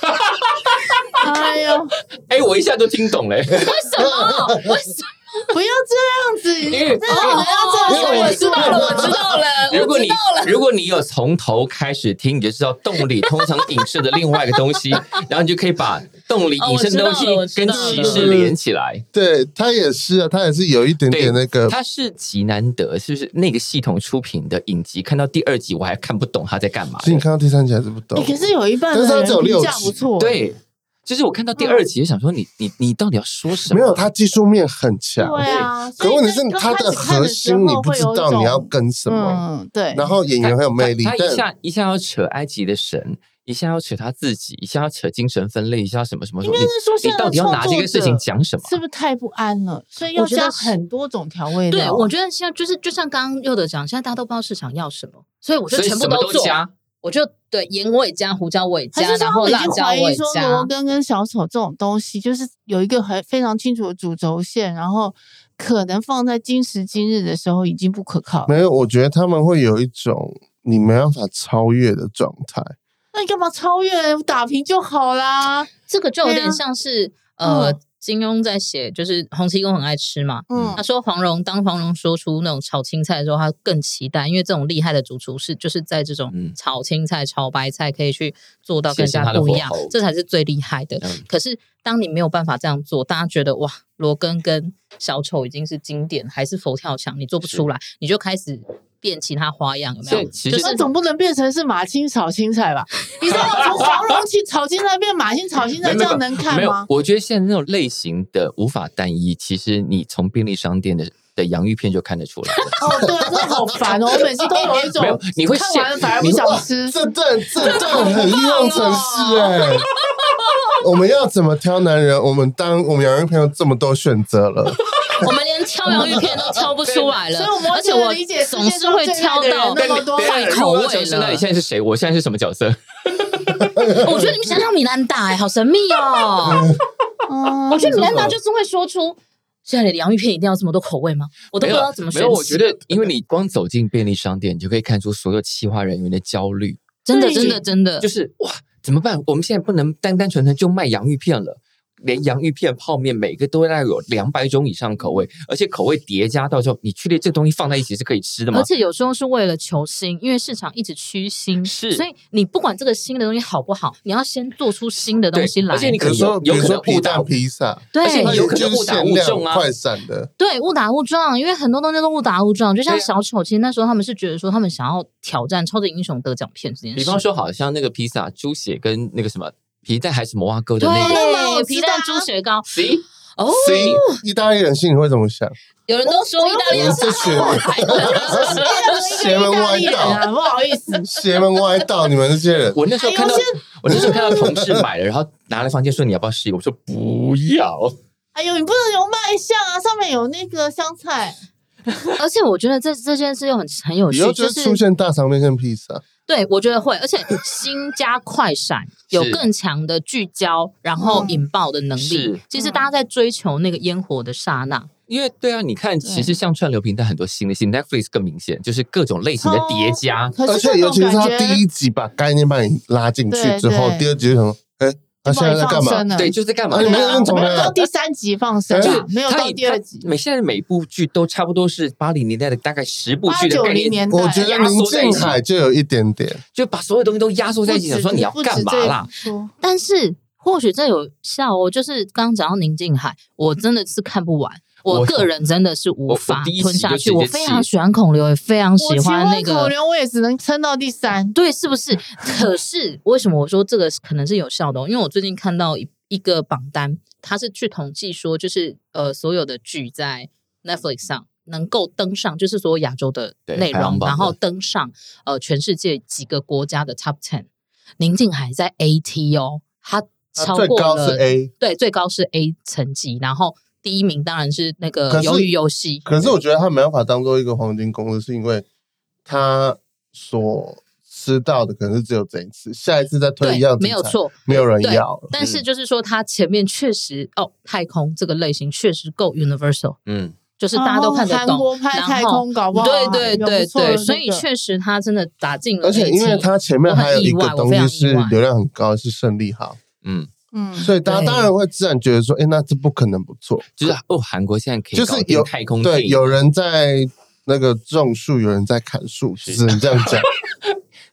Speaker 2: 哎呦，
Speaker 3: 哎，我一下就听懂嘞，
Speaker 1: [LAUGHS] 为
Speaker 4: [LAUGHS]
Speaker 1: 什么？为什么？
Speaker 2: 不要这样子，
Speaker 4: 哎
Speaker 3: 因为
Speaker 2: 你真的不要这
Speaker 3: 因为
Speaker 1: 我
Speaker 2: 样
Speaker 3: 我
Speaker 2: 子，
Speaker 1: 知
Speaker 3: 知
Speaker 1: 道
Speaker 3: 道
Speaker 1: 了，
Speaker 3: 了
Speaker 1: 我
Speaker 3: 我
Speaker 1: 知
Speaker 3: 知
Speaker 1: 道了，
Speaker 3: 如
Speaker 1: 我
Speaker 3: 果
Speaker 1: 知
Speaker 3: 你
Speaker 1: 道了。
Speaker 3: 如果你有从头开始听，你就知道动力通常影射的另外一个东西，然后你就可以把动力
Speaker 1: 哦
Speaker 3: 影射的东西
Speaker 1: 我知道
Speaker 3: 跟
Speaker 1: 了我知
Speaker 3: 歧
Speaker 1: 道了嗯
Speaker 3: 视连起来。
Speaker 4: 对他也是啊，他也是有一点
Speaker 3: 对
Speaker 4: 点那个，
Speaker 3: 它是极难得，是不是？那个系统出品的影集，看到第二集我还看不懂他在干嘛
Speaker 4: 其。实你看到第三集还是不懂。
Speaker 2: 哎可是有一半
Speaker 4: 但
Speaker 2: 的
Speaker 4: 是它只有
Speaker 2: 人
Speaker 4: 六
Speaker 2: 评价
Speaker 4: 集
Speaker 2: 不错，，
Speaker 3: 对，就是我看到第
Speaker 1: 嗯
Speaker 3: 二集，就想说你你你到底要说什么？
Speaker 4: 没有，他技术面很强。
Speaker 2: 对啊。
Speaker 4: 可问题是
Speaker 2: 所以在刚
Speaker 4: 他
Speaker 2: 开
Speaker 4: 的
Speaker 2: 始看
Speaker 4: 核
Speaker 2: 的时
Speaker 4: 心
Speaker 2: 候
Speaker 4: 你不知道你要
Speaker 2: 会有一种
Speaker 4: 跟什么，
Speaker 2: 嗯，对，
Speaker 4: 然后演员很有魅力
Speaker 3: 嗯他，他一
Speaker 4: 但
Speaker 3: 下一下要扯埃及的神，一下要扯他自己，一下要扯精神分裂，一下要什么什么什
Speaker 2: 应
Speaker 3: 么。
Speaker 2: 该
Speaker 3: 你
Speaker 2: 是说现
Speaker 3: 你
Speaker 2: 在
Speaker 3: 到
Speaker 2: 的
Speaker 3: 底要拿
Speaker 2: 创
Speaker 3: 这
Speaker 2: 作
Speaker 3: 个事
Speaker 2: 者
Speaker 3: 情讲什么？
Speaker 2: 是不是太不安了？所以要
Speaker 1: 我觉得
Speaker 2: 加
Speaker 1: 是
Speaker 2: 很多种调味
Speaker 1: 对，
Speaker 2: 料。
Speaker 1: 我觉得现在就是就像刚刚佑德讲，现在大家都不知道市场要什么，所以我就
Speaker 3: 所以
Speaker 1: 全部
Speaker 3: 什么
Speaker 1: 做，
Speaker 3: 加。
Speaker 1: 我就对盐我也加，胡椒我也
Speaker 2: 还
Speaker 1: 加，
Speaker 2: 是说
Speaker 1: 然
Speaker 2: 他
Speaker 1: 后
Speaker 2: 们已
Speaker 1: 辣
Speaker 2: 经
Speaker 1: 椒
Speaker 2: 怀
Speaker 1: 我
Speaker 2: 疑
Speaker 1: 也
Speaker 2: 说
Speaker 1: 加
Speaker 2: 罗。根跟小丑这种东西，就是有一个很非常清楚的主轴线，然后可能放在今时今日的时候已经不可靠了。
Speaker 4: 没有，我觉得他们会有一种你没办法超越的状态。
Speaker 2: 那你干嘛超越打平就好啦？
Speaker 1: 这个就有
Speaker 2: 对啊
Speaker 1: 点像是、呃
Speaker 2: 嗯，
Speaker 1: 金庸在写，就是洪七公很爱吃嘛。
Speaker 2: 嗯
Speaker 1: 他，说黄蓉当黄蓉说出那种炒青菜的时候，他更期待，因为这种厉害的主厨是就是在这种
Speaker 3: 嗯
Speaker 1: 炒青菜、炒白菜可以去做到
Speaker 3: 谢
Speaker 1: 更
Speaker 3: 谢
Speaker 1: 加
Speaker 3: 他的
Speaker 1: 不一
Speaker 3: 火
Speaker 1: 样
Speaker 3: 候，
Speaker 1: 这才是最厉害的。
Speaker 3: 嗯
Speaker 1: 可是当你没有办法这样做，大家觉得哇，罗根跟小丑已经是经典，还是佛跳墙，你做不出来，你就开始变其他花样，有没
Speaker 3: 所
Speaker 1: 有
Speaker 3: 以？其
Speaker 1: 就
Speaker 3: 实
Speaker 1: 是
Speaker 2: 那总不能变成是马青炒青菜吧？你知道我从黄蓉青炒青菜变马青炒青菜，这样能看
Speaker 3: 没有
Speaker 2: 吗，？
Speaker 3: 我觉得现在那种类型的无法单一，其实你从便利商店的的洋芋片就看得出来了。
Speaker 2: 哦，对啊，真的好烦哦！我每次都有一种
Speaker 3: 没有你会
Speaker 2: 看
Speaker 3: 陷
Speaker 2: 完了反而不
Speaker 3: 你
Speaker 2: 想
Speaker 4: 哇 [LAUGHS]
Speaker 2: 吃。
Speaker 4: 这段这段很欲望城市哎、
Speaker 2: [LAUGHS]
Speaker 4: 我们要怎么挑男人？我们当我们洋人朋友这么多选择了，
Speaker 1: 我们连挑洋芋片都挑不出来
Speaker 2: [LAUGHS]
Speaker 1: 了，
Speaker 2: 所以我们
Speaker 1: 而且
Speaker 2: 只能
Speaker 1: 我
Speaker 2: 理解世
Speaker 1: 总
Speaker 2: 界
Speaker 1: 是
Speaker 2: 中
Speaker 1: 会
Speaker 2: 最爱
Speaker 1: 挑
Speaker 2: 的人
Speaker 1: 到
Speaker 2: 那么多
Speaker 1: 坏口味了
Speaker 3: 那你现在是谁？我现在是什么角色？
Speaker 1: 我觉得你们想想米兰达、哎，好神秘
Speaker 3: [LAUGHS]
Speaker 1: 哦！
Speaker 2: 嗯
Speaker 1: 我觉得米兰达就是会说出，现在的洋芋片一定要这么多口味吗？我都
Speaker 3: 没
Speaker 1: 不知
Speaker 3: 有
Speaker 1: 道怎么选
Speaker 3: 没有，我
Speaker 1: 起
Speaker 3: 觉得因为你光走进便利商店，你就可以看出所有企划人员的焦虑，
Speaker 1: 真的
Speaker 2: 对
Speaker 1: 真的真的
Speaker 3: 就，是哇，怎么办？我们现在不能单单纯纯就卖洋芋片了。连洋芋片、泡面，每个都要有两百种以上口味，而且口味叠加到时候，你确定这东西放在一起是可以吃的吗
Speaker 1: 而？且有时候是为了求新，因为市场一直趋新，
Speaker 3: 是
Speaker 1: 所以你不管这个新的东西好不好，你要先做出新的东西来。
Speaker 3: 对而且你可
Speaker 4: 比如说
Speaker 3: 有
Speaker 4: 比如
Speaker 3: 可
Speaker 4: 说
Speaker 3: 能
Speaker 4: 皮
Speaker 3: 误打
Speaker 4: 蛋披萨，
Speaker 3: 而且
Speaker 1: 对
Speaker 3: 你有可能
Speaker 4: 就是
Speaker 3: 误打
Speaker 4: 限
Speaker 3: 误
Speaker 4: 量
Speaker 3: 中啊
Speaker 4: 快闪的，
Speaker 1: 对，误打误撞，因为很多东西都误打误撞。就像
Speaker 3: 对啊
Speaker 1: 小丑，其实那时候他们是觉得说，他们想要挑战超级英雄得奖片这件事。
Speaker 3: 比方，说，好像那个披萨猪血跟那个什么皮蛋还是摩蛙哥的那个，
Speaker 2: 那蛮好
Speaker 1: 对，
Speaker 2: 吃
Speaker 1: 皮
Speaker 2: 的啊
Speaker 1: 蛋猪血糕，
Speaker 3: 行，
Speaker 1: 哦，
Speaker 4: 所以意大利人心里会怎么想？
Speaker 1: 有人都说意大利人是后来的。
Speaker 4: 邪门歪道，
Speaker 2: 啊不好意思，
Speaker 4: [LAUGHS] 邪门歪道，你们这些人。
Speaker 3: 我那时候看到
Speaker 2: 哎呦，
Speaker 3: 我那时候看到同事买了，然后拿来房间说你要不要试一个？我说不要。
Speaker 2: 哎呦，你不能有卖相啊，上面有那个香菜，
Speaker 1: 而且我觉得这这件事又很很有
Speaker 4: 以
Speaker 1: 趣
Speaker 4: 后，就
Speaker 1: 就是
Speaker 4: 出
Speaker 1: 是
Speaker 4: 现大肠面线披萨，
Speaker 1: 对我觉得会，而且新加快闪有更强的聚焦，然后
Speaker 2: 嗯
Speaker 1: 引爆的能力
Speaker 3: 是。
Speaker 1: 其实大家在追求那个烟火的刹那，
Speaker 3: 因为对啊，你看，其实像串流平台很多新的戏，Netflix 更明显，就是各种类型的叠加。
Speaker 2: 可
Speaker 4: 而
Speaker 2: 是这
Speaker 4: 且尤
Speaker 2: 种
Speaker 4: 其是他
Speaker 2: 感觉
Speaker 4: 第一集把概念把你拉进去
Speaker 2: 对
Speaker 4: 之后，
Speaker 2: 对
Speaker 4: 第二集就想说，哎，他现在在干
Speaker 2: 放
Speaker 4: 嘛
Speaker 2: 生？了，
Speaker 3: 对，就是在干嘛
Speaker 4: 啊？你们
Speaker 2: 对啊
Speaker 4: 从
Speaker 2: 没
Speaker 4: 哪
Speaker 2: 有到第三集放生
Speaker 4: 哎
Speaker 2: 吧，没有
Speaker 3: 它
Speaker 2: 到
Speaker 3: 也
Speaker 2: 第二集
Speaker 3: 它，每现在每部剧都差不多是八零年代的大概十部剧的概
Speaker 2: 80
Speaker 3: 念
Speaker 2: 年，
Speaker 4: 我觉得林静海就有一点点，
Speaker 3: 就把所有东西都压缩在一起，想说你要干嘛啦？？
Speaker 1: 但是或许这有效哦。就是刚刚讲到宁静海，我真的是看不完。我
Speaker 3: 我
Speaker 1: 个人真的是无
Speaker 3: 我
Speaker 1: 法
Speaker 3: 我第一集
Speaker 1: 吞下
Speaker 3: 就
Speaker 1: 去，
Speaker 3: 直接
Speaker 1: 我非常
Speaker 3: 弃
Speaker 1: 喜欢孔刘，也非常喜
Speaker 2: 我喜
Speaker 1: 欢
Speaker 2: 欢
Speaker 1: 那个
Speaker 2: 口流，我也只能撑到第三。
Speaker 1: 对，是不是？
Speaker 4: [LAUGHS]
Speaker 1: 可是为什么我说这个可能是有效的哦、因为我最近看到一一个榜单，它是去统计说，就是呃，所有的剧在 Netflix 上能够登上，就是所有亚洲的
Speaker 3: 对
Speaker 1: 内
Speaker 3: 排
Speaker 1: 容
Speaker 3: 行，榜
Speaker 1: 然后
Speaker 3: 的
Speaker 1: 登上呃全世界几个国家的 Top Ten。宁静海在 AT 哦，他
Speaker 4: 他
Speaker 1: 超
Speaker 4: 啊最
Speaker 1: 过
Speaker 4: 高
Speaker 1: 了
Speaker 4: 是 A，
Speaker 1: 对最高是 A 层级，然后第一名当然是那个
Speaker 4: 可是
Speaker 1: 鱿鱼游戏，
Speaker 4: 可是我觉得他没办法当做一个黄金公司，是因为他所吃到的可能是只有这一次，下一次再推
Speaker 1: 对
Speaker 4: 一样，
Speaker 1: 没有，错。
Speaker 4: 没有人
Speaker 1: 对
Speaker 4: 要了。
Speaker 1: 但是
Speaker 3: 嗯
Speaker 1: 就是说，它前面确实哦，太空这个类型确实够 universal，
Speaker 3: 嗯，
Speaker 1: 就是大家都看得
Speaker 2: 哦韩
Speaker 1: 懂。
Speaker 2: 国拍太空，搞不好
Speaker 1: 对对对对，所以
Speaker 2: 确
Speaker 1: 确实它真的打进了 A
Speaker 4: 而
Speaker 1: 级，
Speaker 4: 且因为它前面还有一个
Speaker 1: 我很
Speaker 4: 东
Speaker 1: 意外我
Speaker 4: 西
Speaker 1: 非常
Speaker 4: 是
Speaker 1: 意外
Speaker 4: 流量很高，是胜利号。
Speaker 3: 嗯，
Speaker 2: 嗯，
Speaker 4: 所以大家
Speaker 1: 对
Speaker 4: 当然会自然觉得说，哎、那这不可能不做，
Speaker 3: 就是哦，韩国现在可以
Speaker 4: 啊就是
Speaker 3: 搞定
Speaker 4: 有
Speaker 3: 太
Speaker 1: 嗯
Speaker 3: 空电
Speaker 4: 对，
Speaker 3: 影
Speaker 4: 有人在那个种树，有人在砍树，
Speaker 3: 是
Speaker 4: 只能这样
Speaker 1: [LAUGHS]
Speaker 4: 讲。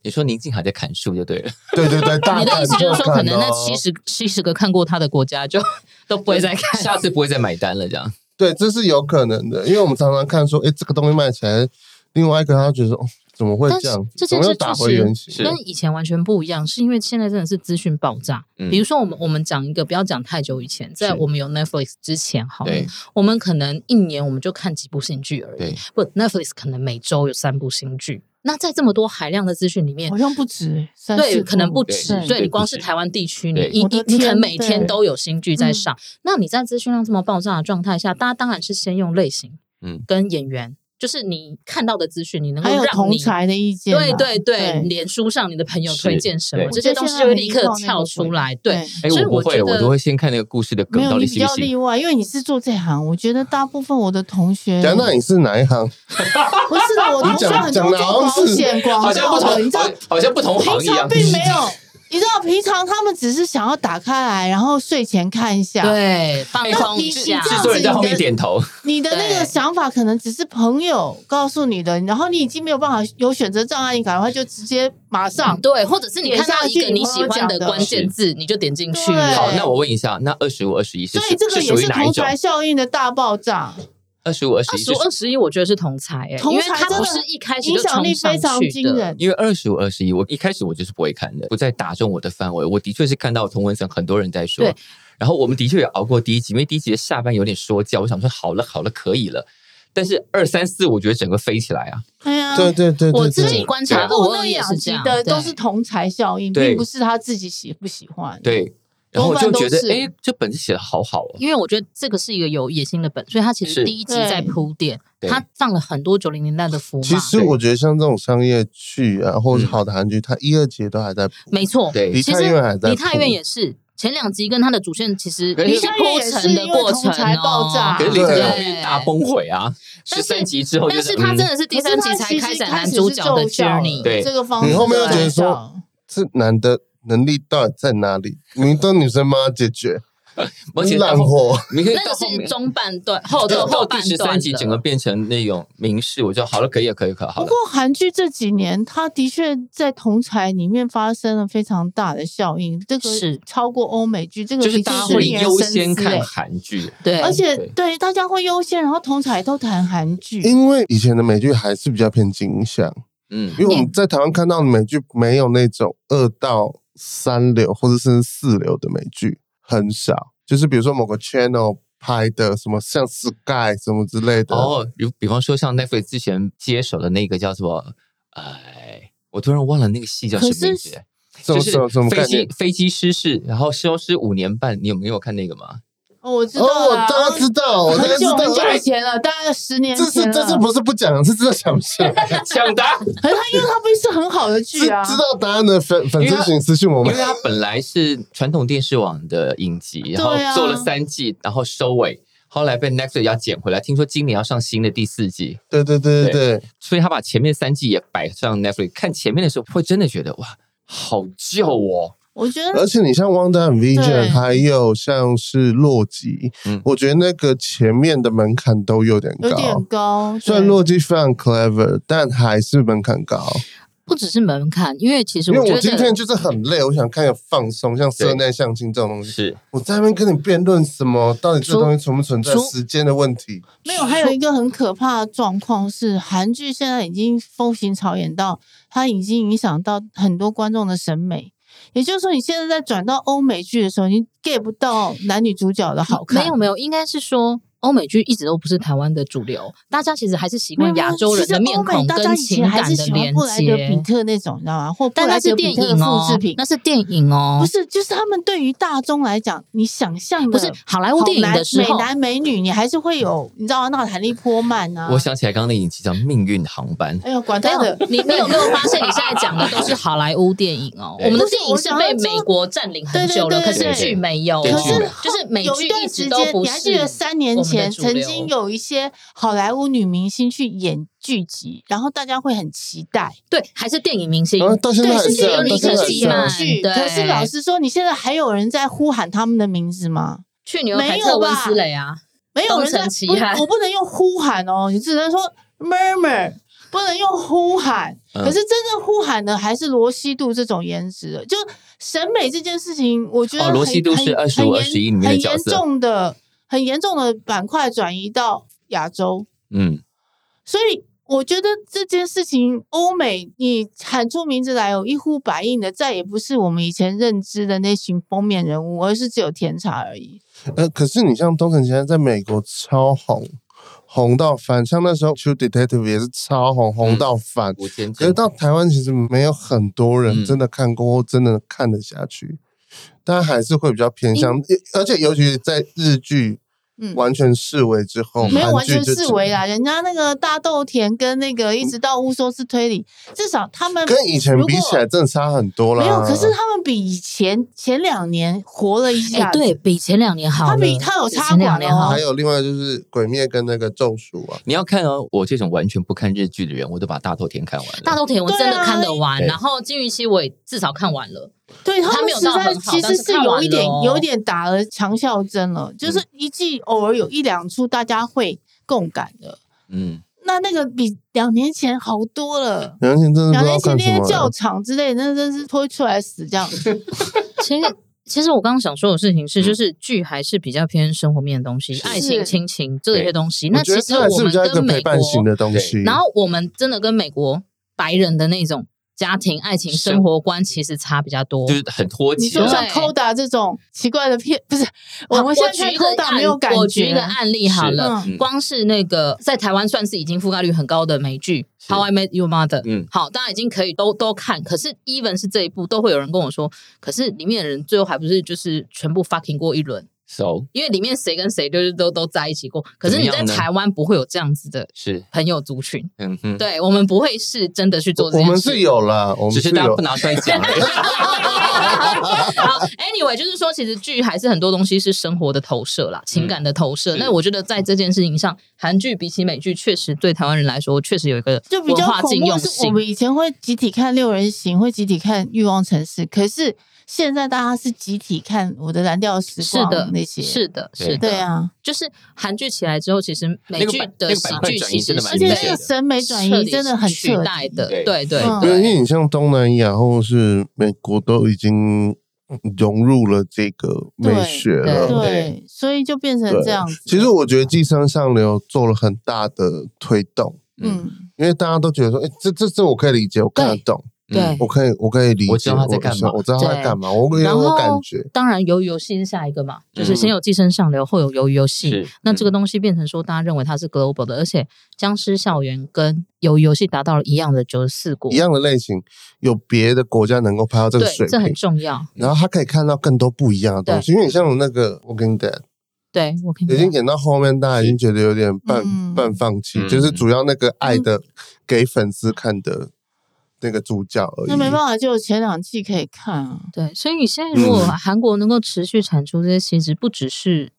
Speaker 3: 你说宁静海在砍树就对
Speaker 2: [LAUGHS]
Speaker 3: 了，
Speaker 4: 对对对，大
Speaker 1: 你的
Speaker 4: 砍
Speaker 1: 意思就是说，
Speaker 4: 特砍
Speaker 1: 可能那
Speaker 4: 哦
Speaker 1: 七十七十个看过他的国家就 [LAUGHS] 都不会再看。
Speaker 3: 下次不会再买单了这
Speaker 2: [LAUGHS]
Speaker 3: 样。
Speaker 4: 对，这是有可能的，因为我们常常看说，哎、这个东西卖起来，另外一个他觉得说，哦，怎么会这样？
Speaker 1: 但是这
Speaker 4: 怎
Speaker 1: 件
Speaker 4: 么
Speaker 1: 事
Speaker 4: 又打回原
Speaker 3: 是
Speaker 4: 形？
Speaker 1: 跟以前完全不一样，是因为现在真的是资讯爆炸。
Speaker 3: 嗯
Speaker 1: 比如说，我们我们讲一个，不要讲太久以前，在我们有 Netflix 之前，
Speaker 2: 哦
Speaker 1: 好了，
Speaker 3: 对
Speaker 1: 我们可能一年我们就看几部新剧而已。
Speaker 3: 对，
Speaker 1: 不，Netflix 可能每周有三部新剧。那在这么多海量的资讯里面
Speaker 2: 好，像不止欸，三四
Speaker 1: 对，可能
Speaker 2: 部
Speaker 1: 不止
Speaker 2: 对。
Speaker 1: 对
Speaker 3: 对
Speaker 1: 你光
Speaker 3: 不
Speaker 1: 是
Speaker 3: 止
Speaker 1: 台湾地区，你
Speaker 3: 对
Speaker 1: 一
Speaker 2: 我的
Speaker 1: 一你可能
Speaker 2: 天
Speaker 1: 每天
Speaker 2: 对
Speaker 1: 都有新剧在
Speaker 2: 嗯
Speaker 1: 上。那你在资讯量这么爆炸的状态下，大家当然是先用类型，
Speaker 3: 嗯
Speaker 1: 跟演员，就是你看到的资讯，你能够
Speaker 2: 还有
Speaker 1: 让
Speaker 2: 同
Speaker 1: 你。
Speaker 2: 才的意见嘛，
Speaker 1: 对对对，
Speaker 2: 对
Speaker 1: 脸书上你的朋友
Speaker 3: 是
Speaker 1: 推荐什么，
Speaker 3: 对
Speaker 1: 这些东西就会立刻跳出来。对，，
Speaker 3: 哎，
Speaker 1: 所以
Speaker 3: 我
Speaker 1: 我
Speaker 3: 不
Speaker 1: 觉
Speaker 3: 会，我
Speaker 1: 得
Speaker 3: 都会先看那个故事的梗
Speaker 2: 没有
Speaker 3: 到
Speaker 2: 你
Speaker 3: 底
Speaker 2: 比
Speaker 3: 行不
Speaker 2: 较例
Speaker 3: 行。
Speaker 2: 外，因为你是做这行，我觉得大部分我的同学
Speaker 4: 讲到你是哪一行？
Speaker 2: 不是的，我同学很多做保险广
Speaker 3: 好像不
Speaker 2: 告的，你知
Speaker 3: 同，
Speaker 2: 道
Speaker 3: 好好像不同行啊一
Speaker 2: 平
Speaker 3: 样
Speaker 2: 常。
Speaker 3: [LAUGHS]
Speaker 2: 并没有，你知道平常他们只是想要打开来，然后睡前看一下，
Speaker 1: 对，放
Speaker 3: 哎
Speaker 1: 空一
Speaker 2: 你
Speaker 1: 下
Speaker 2: 你这
Speaker 3: 制
Speaker 2: 样
Speaker 3: 作
Speaker 2: 子
Speaker 3: 人在后面点头，
Speaker 2: 你的那
Speaker 1: 对
Speaker 2: 个想法可能只是朋友告诉你的，然后你已经没有办法有选择障碍，你赶快就直接马
Speaker 3: 嗯
Speaker 2: 上。
Speaker 1: 对，或者是你
Speaker 2: 点
Speaker 1: 看到
Speaker 2: 下
Speaker 1: 一个
Speaker 2: 去
Speaker 1: 你
Speaker 2: 朋
Speaker 1: 喜
Speaker 2: 友
Speaker 1: 欢
Speaker 2: 讲
Speaker 1: 的
Speaker 2: 的
Speaker 1: 关键
Speaker 3: 是
Speaker 1: 字，你就点进去
Speaker 2: 对
Speaker 1: 了。
Speaker 3: 好，那我问一下，那二十五、二十一是
Speaker 2: 所以这个
Speaker 3: 是
Speaker 2: 也
Speaker 3: 属于
Speaker 2: 是
Speaker 3: 哪一
Speaker 2: 同
Speaker 3: 种？
Speaker 2: 才效应的大爆炸，
Speaker 3: 二十五、二十
Speaker 1: 二
Speaker 3: 一
Speaker 1: 十
Speaker 3: 是
Speaker 1: 五、二十一，我觉得是同才、哎，
Speaker 2: 同
Speaker 1: 因为
Speaker 2: 才
Speaker 1: 他
Speaker 2: 真
Speaker 1: 不
Speaker 2: 的
Speaker 1: 是一开始
Speaker 2: 影
Speaker 1: 就
Speaker 2: 响
Speaker 1: 冲
Speaker 2: 力非
Speaker 1: 上
Speaker 2: 常
Speaker 1: 去
Speaker 2: 惊
Speaker 1: 的。
Speaker 2: 人。
Speaker 3: 因为二十五、二十一，我一开始我就是不会看的，不再打中我的范围。我的确是看到同文层很多人在说
Speaker 1: 对，
Speaker 3: 然后我们的确也熬过第一集，因为第一集的下半有点说教，我想说好了好了可以了，但是二三四我觉得整个飞起来啊，
Speaker 2: 对呀，
Speaker 4: 对对对对对，
Speaker 1: 嗯我自己观察
Speaker 2: 全
Speaker 1: 二五
Speaker 2: 部
Speaker 1: 二
Speaker 2: 那
Speaker 1: 也是
Speaker 2: 两
Speaker 1: 这
Speaker 2: 集
Speaker 1: 样，
Speaker 2: 的
Speaker 1: 对
Speaker 2: 都是同才效应，
Speaker 3: 对
Speaker 2: 并不是他自己喜不喜欢。，
Speaker 3: 对，然后我就
Speaker 2: 多半都
Speaker 3: 觉得
Speaker 2: 是
Speaker 3: 哎，这本子写的好好哦，
Speaker 1: 因为我觉得这个是一个有野心的本，所以他其实
Speaker 3: 是
Speaker 1: 第一集在铺垫，
Speaker 3: 对
Speaker 1: 他放了很多九零年代的符码。
Speaker 4: 其实我觉得像这种商业剧啊，或者
Speaker 3: 嗯
Speaker 4: 是好的韩剧，它一二节都还在补。
Speaker 1: 没错，
Speaker 3: 对
Speaker 4: 梨
Speaker 1: 其
Speaker 4: 泰
Speaker 1: 实
Speaker 4: 院还在
Speaker 1: 梨泰院
Speaker 4: 铺
Speaker 1: 也是前两集跟他的主线其实
Speaker 3: 对
Speaker 1: 也
Speaker 3: 梨
Speaker 1: 是
Speaker 2: 泰院
Speaker 1: 铺
Speaker 2: 也
Speaker 1: 陈
Speaker 2: 是
Speaker 1: 的
Speaker 2: 因为
Speaker 1: 过
Speaker 2: 同
Speaker 1: 程
Speaker 2: 才爆
Speaker 1: 哦
Speaker 2: 炸。
Speaker 3: 可是林
Speaker 4: 对
Speaker 3: 正后面大崩溃啊，
Speaker 1: 但是
Speaker 3: 十三集之后就
Speaker 1: 但是他
Speaker 3: 嗯
Speaker 1: 真的是第三集才开展男主角的 journey，
Speaker 3: 对
Speaker 2: 这个方面，
Speaker 4: 你后面又觉得说
Speaker 2: 对
Speaker 4: 这男的能力到底在哪里？明都女生帮他解决，
Speaker 3: 而且到
Speaker 4: 烂
Speaker 3: 后
Speaker 4: 货。 [LAUGHS]
Speaker 3: 明天
Speaker 1: 那
Speaker 3: 到
Speaker 1: 个
Speaker 3: 后
Speaker 1: 是
Speaker 3: 面。
Speaker 1: 中半段后头
Speaker 3: 到
Speaker 1: 后
Speaker 3: 到第
Speaker 1: 半
Speaker 3: 十
Speaker 1: 段
Speaker 3: 三集，整个
Speaker 1: 了
Speaker 3: 变成那种明示，我就好了，可以了，可以了，可以了好
Speaker 2: 不
Speaker 3: 了
Speaker 2: 过。韩剧这几年，它的确在同才里面发生了非常大的效应，这个
Speaker 1: 是
Speaker 2: 超过欧美剧，这个
Speaker 3: 就是
Speaker 2: 的确
Speaker 3: 大家
Speaker 2: 是
Speaker 3: 会
Speaker 2: 令人
Speaker 3: 优
Speaker 2: 深思
Speaker 3: 先看
Speaker 2: 欸
Speaker 3: 韩剧，
Speaker 1: 对，
Speaker 2: 而且
Speaker 3: 对
Speaker 2: 对大家会优先，然后同才都谈韩剧，
Speaker 4: 因为以前的美剧还是比较偏金像，
Speaker 3: 嗯，
Speaker 4: 因为我们在台湾看到的美剧没有那种二到三流或者甚至四流的美剧很少，就是比如说某个 channel 拍的什么像 Sky 什么之类的，
Speaker 3: 哦，比比方说像 Netflix 之前接手的那个叫做，哎，我突然忘了那个戏叫什
Speaker 2: 可
Speaker 3: 么
Speaker 2: 是
Speaker 3: 名字，
Speaker 4: 什
Speaker 3: 就
Speaker 4: 么
Speaker 3: 是
Speaker 4: 什么什么
Speaker 3: 飞
Speaker 4: 概
Speaker 3: 机
Speaker 4: 念？
Speaker 3: 飞机失事，然后消失五年半，你有没有看那个吗？
Speaker 2: 哦，我知
Speaker 4: 哦，
Speaker 2: 道
Speaker 4: 我
Speaker 2: 啦，
Speaker 4: 当然知道，啊哦我当然
Speaker 2: 很
Speaker 4: 知
Speaker 2: 久很久
Speaker 4: 道哎
Speaker 2: 以。前了，大概十年
Speaker 4: 这
Speaker 2: 前啊
Speaker 4: 是
Speaker 2: 了。
Speaker 4: 这是不是不讲，是真的想不起来。
Speaker 3: [LAUGHS] 抢答，
Speaker 2: 可是它因为它不是很好的
Speaker 4: 知知
Speaker 2: 剧啊，
Speaker 4: 道答案的粉粉丝请私信我
Speaker 3: 因为
Speaker 4: 们。
Speaker 3: 它本来是传统电视网的影集，然后
Speaker 2: 对啊
Speaker 3: 做了三季，然后收尾，后来被 Netflix 要捡回来，听说今年要上新的第四季，
Speaker 4: 对对对对
Speaker 3: 所以他把前面三季也摆上 Netflix。看前面的时候，会真的觉得哇，好旧哦，
Speaker 2: 我觉
Speaker 4: 对，而
Speaker 2: 得
Speaker 4: 且你像《Wonder Vision》，
Speaker 2: 对
Speaker 4: 还有像是《洛基》
Speaker 3: 嗯，
Speaker 4: 我觉得那个前面的门槛都有点
Speaker 2: 有点
Speaker 4: 高。
Speaker 2: 高。
Speaker 4: 呃虽然
Speaker 2: 对
Speaker 4: 洛基非常 clever，但还是门槛高。
Speaker 1: 不只是门槛，因为其实
Speaker 4: 因为
Speaker 1: 觉
Speaker 4: 我
Speaker 1: 得
Speaker 4: 今天就是很累，我想看个放松，像室内相亲这种东西。
Speaker 3: 是
Speaker 4: 我在那边跟你辩论什么？到底这
Speaker 1: 除
Speaker 4: 东西存不存在？
Speaker 1: 除
Speaker 4: 时间的问题。
Speaker 2: 没有，还有一个很可怕的状况是，韩剧现在已经风行草演到，它已经影响到很多观众的审美。也就是说，你现在在转到欧美剧的时候，你 get 不到男女主角的好看。
Speaker 1: 没有没有，应该是说。欧美剧一直都不是台湾的主流，大家其实还是习
Speaker 2: 没有，
Speaker 1: 惯亚洲人的面
Speaker 2: 其实欧
Speaker 1: 孔
Speaker 2: 美大
Speaker 1: 跟
Speaker 2: 家以
Speaker 1: 情
Speaker 2: 前还
Speaker 1: 感
Speaker 2: 是
Speaker 1: 的
Speaker 2: 喜欢
Speaker 1: 连
Speaker 2: 布莱德比
Speaker 1: 接，
Speaker 2: 特那种，你知道吗？或布
Speaker 1: 但那
Speaker 2: 莱
Speaker 1: 是
Speaker 2: 德
Speaker 1: 电
Speaker 2: 比特
Speaker 1: 影
Speaker 2: 的复
Speaker 1: 哦
Speaker 2: 制品，，
Speaker 1: 那是电影哦，
Speaker 2: 不是，就是他们对于大众来讲，你想象的
Speaker 1: 不是好莱坞电影
Speaker 2: 好
Speaker 1: 的
Speaker 2: 男
Speaker 1: 时候
Speaker 2: 美，男美女，你还是会有，你知道那韩利波曼啊，
Speaker 3: 我想起来，刚刚那影集叫《命运航班》，
Speaker 2: 哎呦，管
Speaker 1: 没
Speaker 2: 他
Speaker 1: 有
Speaker 2: 的，，
Speaker 1: 你你有没有发现你现在讲的都是好莱坞电影哦？
Speaker 3: 对
Speaker 1: 我们的电影是被美国占领很久了，可
Speaker 2: 对
Speaker 1: 是
Speaker 2: 对对
Speaker 1: 剧没有哦，
Speaker 3: 对
Speaker 2: 可是
Speaker 1: 就是美
Speaker 2: 有
Speaker 1: 剧
Speaker 2: 一段
Speaker 1: 一
Speaker 2: 时
Speaker 1: 直
Speaker 2: 间
Speaker 1: 都，不
Speaker 2: 你
Speaker 1: 是。
Speaker 2: 还记得三年前
Speaker 1: 主流
Speaker 2: 曾经有一些好莱坞女明星去演剧集，然后大家会很期待，
Speaker 1: 对，还是电影明星
Speaker 4: 然，后到现在
Speaker 2: 对，
Speaker 4: 还
Speaker 2: 是
Speaker 4: 是啊，
Speaker 1: 有
Speaker 2: 电影明
Speaker 4: 到
Speaker 1: 理
Speaker 4: 现
Speaker 1: 解
Speaker 4: 在
Speaker 2: 星去
Speaker 4: 还是啊
Speaker 1: 嘛
Speaker 2: 演剧。
Speaker 1: 对
Speaker 2: 可是老实说，你现在还有人在呼喊他们的名字吗？
Speaker 1: 去年有
Speaker 2: 没
Speaker 1: 凯
Speaker 2: 有
Speaker 1: 特温
Speaker 2: 吧
Speaker 1: 斯雷啊，
Speaker 2: 没有人在
Speaker 1: 东城奇
Speaker 2: 不，
Speaker 1: 汉
Speaker 2: 我不能用呼喊哦，你只能说 murmur，不能用呼喊。
Speaker 3: 嗯
Speaker 2: 可是真正呼喊的还是罗西度这种颜值的，就审美这件事情，我觉得
Speaker 3: 哦
Speaker 2: 很
Speaker 3: 罗西度是
Speaker 2: 很
Speaker 3: 25
Speaker 2: 很严
Speaker 3: 21里面的
Speaker 2: 很
Speaker 3: 角
Speaker 2: 严
Speaker 3: 色
Speaker 2: 重的、很严重的板块转移到亚洲，
Speaker 3: 嗯，
Speaker 2: 所以。我觉得这件事情，欧美你喊出名字来有一呼百应的，再也不是我们以前认知的那群封面人物，而是只有甜茶而已。
Speaker 4: 呃，可是你像东城现在在美国超红，红到翻，像那时候《True Detective》也是超红，红到翻。
Speaker 3: 吴坚
Speaker 4: 可
Speaker 3: 真
Speaker 4: 是到台湾其实没有很多人
Speaker 3: 嗯
Speaker 4: 真的看过或真的看得下去，但还是会比较偏向，而且尤其是在日剧
Speaker 2: 嗯，
Speaker 4: 完全视为之后，
Speaker 3: 嗯
Speaker 2: 没有完
Speaker 4: 韩剧
Speaker 2: 全
Speaker 4: 就
Speaker 2: 四
Speaker 4: 只嗯
Speaker 2: 维啦，人家那个大豆田跟那个一直到乌索斯推理，至少他们
Speaker 4: 跟以前比起来，真的差很多
Speaker 2: 如
Speaker 4: 啦。
Speaker 2: 果没有，可是啊他们比以前前两年活了一
Speaker 1: 哎、
Speaker 2: 下，
Speaker 1: 对，比前两年好了，
Speaker 2: 他比他有
Speaker 1: 比
Speaker 2: 插
Speaker 1: 前两
Speaker 2: 管
Speaker 1: 年
Speaker 2: 哦
Speaker 1: 好
Speaker 4: 还，有另外就是《鬼灭》跟那个《咒术》啊，
Speaker 3: 你要看哦，我这种完全不看日剧的人，我都把大头田看完了。
Speaker 1: 大豆田我真的看得完，
Speaker 4: 哎
Speaker 3: 对啊
Speaker 1: 然后金鱼期我也至少看完
Speaker 2: [LAUGHS]
Speaker 1: 了，
Speaker 2: 对他
Speaker 1: 他
Speaker 2: 们
Speaker 1: 没有
Speaker 2: 实
Speaker 1: 到
Speaker 2: 在
Speaker 1: 很好
Speaker 2: 其
Speaker 1: 但
Speaker 2: 实
Speaker 1: 是看
Speaker 2: 有
Speaker 1: 完
Speaker 2: 一点
Speaker 1: 了哦
Speaker 2: 有一点打了强效针了，就是
Speaker 4: 嗯
Speaker 2: 一季偶尔有一两出大家会共感的，
Speaker 3: 嗯，
Speaker 2: 那那个比两年前好多了。
Speaker 4: 杨贤真的
Speaker 2: 两
Speaker 4: 不知道
Speaker 2: 年前那
Speaker 4: 看什
Speaker 2: 些
Speaker 4: 么
Speaker 2: 教
Speaker 4: 了。
Speaker 2: 场之类的，那真是推出来
Speaker 1: [LAUGHS]
Speaker 2: 死这样。
Speaker 1: 其实。 [LAUGHS] 其实我刚刚想说的事情是，
Speaker 3: 嗯
Speaker 1: 就是剧还是比较偏生活面的东西，爱情、亲情这些东西。那
Speaker 4: 我觉
Speaker 1: 其
Speaker 4: 得
Speaker 1: 实
Speaker 4: 它还
Speaker 1: 我
Speaker 4: 是
Speaker 1: 们
Speaker 4: 比较一个
Speaker 1: 跟美
Speaker 4: 陪
Speaker 1: 国
Speaker 4: 伴型的东西。
Speaker 1: 然后我们真的跟美国白人的那种家庭、爱情、
Speaker 3: 生
Speaker 1: 生活观其实差比较多。
Speaker 3: 就是很脱
Speaker 2: 你
Speaker 3: 节
Speaker 2: 说
Speaker 3: 啊了。
Speaker 2: 像
Speaker 1: 对啊
Speaker 2: Coda 这种奇怪的片，不是我们现在
Speaker 1: 举一
Speaker 2: 看
Speaker 1: 个
Speaker 2: Coda
Speaker 1: 案，
Speaker 2: 没有感
Speaker 1: 我举一
Speaker 2: 觉
Speaker 1: 个。案例好
Speaker 3: 是
Speaker 1: 了，
Speaker 3: 嗯
Speaker 1: 光是那个在台湾算是已经覆盖率很高的美剧
Speaker 3: 是
Speaker 1: 《How I Met Your Mother》，
Speaker 3: 嗯
Speaker 1: 好，大家已经可以都都看。可是 even 是这一部，都会有人跟我说，可是里面的人最后还不是就是全部 fucking 过一轮，
Speaker 3: ，so
Speaker 1: 因为里面谁跟谁就是都都在一起过。可是你
Speaker 3: 怎么
Speaker 1: 在
Speaker 3: 样呢
Speaker 1: 台湾不会有这样子的
Speaker 3: 是，
Speaker 1: 朋友族群，
Speaker 3: 嗯哼，
Speaker 1: 对我们不会是真的去做这
Speaker 4: 我
Speaker 1: 件事。
Speaker 4: 们是有啦，我
Speaker 3: 只
Speaker 4: 们
Speaker 3: 是大家
Speaker 4: 有
Speaker 3: 不。拿出来讲而已。
Speaker 1: [LAUGHS] 好，anyway，就是说，其实剧还是很多东西是生活的投射啦，情感的投射。
Speaker 3: 是
Speaker 1: 那我觉得在这件事情上，韩剧比起美剧，确实对台湾人来说，确实有一个
Speaker 2: 就比
Speaker 1: 文
Speaker 2: 较
Speaker 1: 化
Speaker 2: 恐
Speaker 1: 禁
Speaker 2: 怖
Speaker 1: 用
Speaker 2: 是，我
Speaker 1: 性。
Speaker 2: 们以前会集体看《六人行》，会集体看《欲望城市》，可是现在大家是集体看《我的蓝调时
Speaker 1: 是
Speaker 2: 光》
Speaker 1: 的
Speaker 2: 那，些，
Speaker 1: 是的，
Speaker 3: 对
Speaker 1: 是的，
Speaker 2: 对，啊，
Speaker 1: 就是韩剧起来之后，其实美剧
Speaker 3: 那
Speaker 1: 的
Speaker 3: 个
Speaker 1: 喜
Speaker 3: 板那个板块
Speaker 1: 剧
Speaker 3: 转
Speaker 1: 其
Speaker 3: 移
Speaker 1: 实
Speaker 3: 真的
Speaker 2: 而
Speaker 3: 蛮
Speaker 1: 是
Speaker 2: 且
Speaker 3: 明
Speaker 2: 那
Speaker 3: 显
Speaker 2: 个
Speaker 3: 的
Speaker 2: 审美转移真的很
Speaker 1: 取
Speaker 2: 彻
Speaker 1: 代
Speaker 2: 底
Speaker 1: 的，
Speaker 3: 对
Speaker 1: 对对
Speaker 2: 嗯
Speaker 4: 因
Speaker 1: 对
Speaker 4: 为你像东南亚或是美国都已经融入了这个美学
Speaker 1: 对
Speaker 4: 了。
Speaker 2: 对，所以就变成这样子。
Speaker 4: 嗯其实我觉得《寄生上流》做了很大的推动，
Speaker 2: 嗯，
Speaker 4: 因为大家都觉得说，哎，这这这我可以理解，我看得懂，
Speaker 1: 对
Speaker 3: 嗯。
Speaker 4: 我可以我可以理解，
Speaker 3: 我知道他在干嘛
Speaker 4: 我知道他在干嘛，我
Speaker 1: 然
Speaker 4: 有
Speaker 1: 后
Speaker 4: 我感觉。
Speaker 1: 当然，鱿鱼游戏是下一个嘛，就是
Speaker 3: 嗯
Speaker 1: 先有寄生上流，后有鱿鱼游 [LAUGHS] 戏。
Speaker 3: 是嗯
Speaker 1: 那这
Speaker 4: 嗯
Speaker 1: 个东西变成说，大家认为它是 global 的，而且僵尸校园跟鱿鱼游戏达到了一样的九十四国
Speaker 4: 一，样的类型，有别的国家能够拍到这个水
Speaker 1: 对，这很
Speaker 4: 平，
Speaker 1: 重要。
Speaker 4: 然后他可以看到更多不一样的东西。因为你像那个《Walking Dead》，
Speaker 1: 对我看
Speaker 4: 已经演到后面，大家已经觉得有点半、
Speaker 2: 嗯
Speaker 4: 半放弃，
Speaker 3: 嗯
Speaker 4: 就是主要那个爱的、给粉丝看的那个主角而已。
Speaker 2: 那没办法，就有前两季可以看啊。
Speaker 1: 对，所以你现在如
Speaker 4: 嗯
Speaker 1: 果韩国能够持续产出这些，其实不只是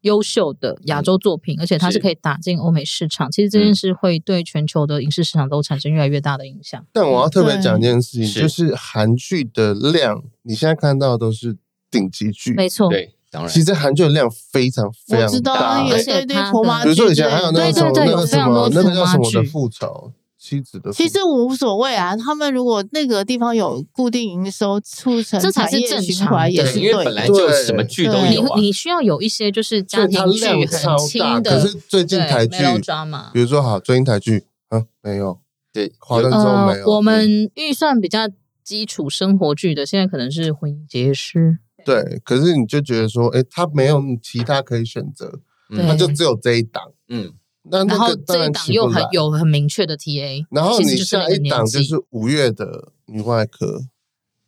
Speaker 1: 优秀的亚洲作品，而且它是
Speaker 3: 是
Speaker 1: 可以打进欧美市场。其实
Speaker 4: 嗯
Speaker 1: 这件事会对全球的影视市场都产生越来越大的影响。
Speaker 4: 但我要特别讲一件事情，
Speaker 3: 对
Speaker 4: 就是韩剧的量，你现在看到的都是顶级剧，
Speaker 1: 没错，
Speaker 3: 对，当然
Speaker 4: 其实韩剧的量非常非
Speaker 2: 我
Speaker 4: 常
Speaker 2: 知道
Speaker 4: 大
Speaker 2: 啊，有
Speaker 1: 而
Speaker 2: 一
Speaker 1: 且
Speaker 2: 堆堆
Speaker 1: 他
Speaker 2: 婆
Speaker 1: 的
Speaker 2: 妈
Speaker 4: 比
Speaker 2: 剧之类
Speaker 4: 如
Speaker 2: 的，
Speaker 4: 说以前还有那
Speaker 1: 啊
Speaker 4: 个
Speaker 1: 对
Speaker 4: 什么
Speaker 1: 对对
Speaker 4: 那个什
Speaker 1: 有
Speaker 4: 么
Speaker 1: 非常多
Speaker 4: 那个叫什么
Speaker 1: 浮夸
Speaker 4: 的
Speaker 1: 剧
Speaker 4: 复仇，妻子的复仇
Speaker 2: 其实我无所谓啊，他们如果那个地方有固定营收，促成
Speaker 1: 这才是
Speaker 2: 产业
Speaker 1: 正
Speaker 2: 循
Speaker 1: 常
Speaker 2: 环也
Speaker 1: 的
Speaker 2: 是
Speaker 3: 对，因
Speaker 2: 对
Speaker 3: 为
Speaker 2: 的。
Speaker 3: 本来就什么剧都
Speaker 2: 对
Speaker 1: 你
Speaker 3: 有啊。
Speaker 1: 你需要有一些就是家
Speaker 4: 所以它
Speaker 1: 庭剧
Speaker 4: 量
Speaker 1: 很
Speaker 4: 超大，
Speaker 1: 轻
Speaker 4: 可
Speaker 1: 的，
Speaker 4: 是最近
Speaker 1: 对
Speaker 4: 台剧，
Speaker 1: melodrama
Speaker 4: 比如说好，最近台剧啊没有，
Speaker 3: 对，
Speaker 4: 华灯之后没
Speaker 1: 呃，
Speaker 4: 有，嗯
Speaker 1: 我们预算比较基础生活剧的，现在可能是《婚姻结师
Speaker 4: 对，可是你就觉得说，哎，他没有其他可以选择，
Speaker 1: 对
Speaker 4: 他就只有这一档。
Speaker 3: 嗯，
Speaker 4: 那》，那
Speaker 1: 然
Speaker 4: 个
Speaker 1: 后
Speaker 4: 当
Speaker 1: 这一
Speaker 4: 然
Speaker 1: 档
Speaker 4: 起
Speaker 1: 又
Speaker 4: 不
Speaker 1: 很
Speaker 4: 来。
Speaker 1: 有很明确的 TA，
Speaker 4: 然后
Speaker 1: 其
Speaker 4: 你
Speaker 1: 实就是
Speaker 4: 下
Speaker 1: 那
Speaker 4: 一
Speaker 1: 个
Speaker 4: 档
Speaker 1: 年
Speaker 4: 就
Speaker 1: 纪。
Speaker 4: 是五月的女外科，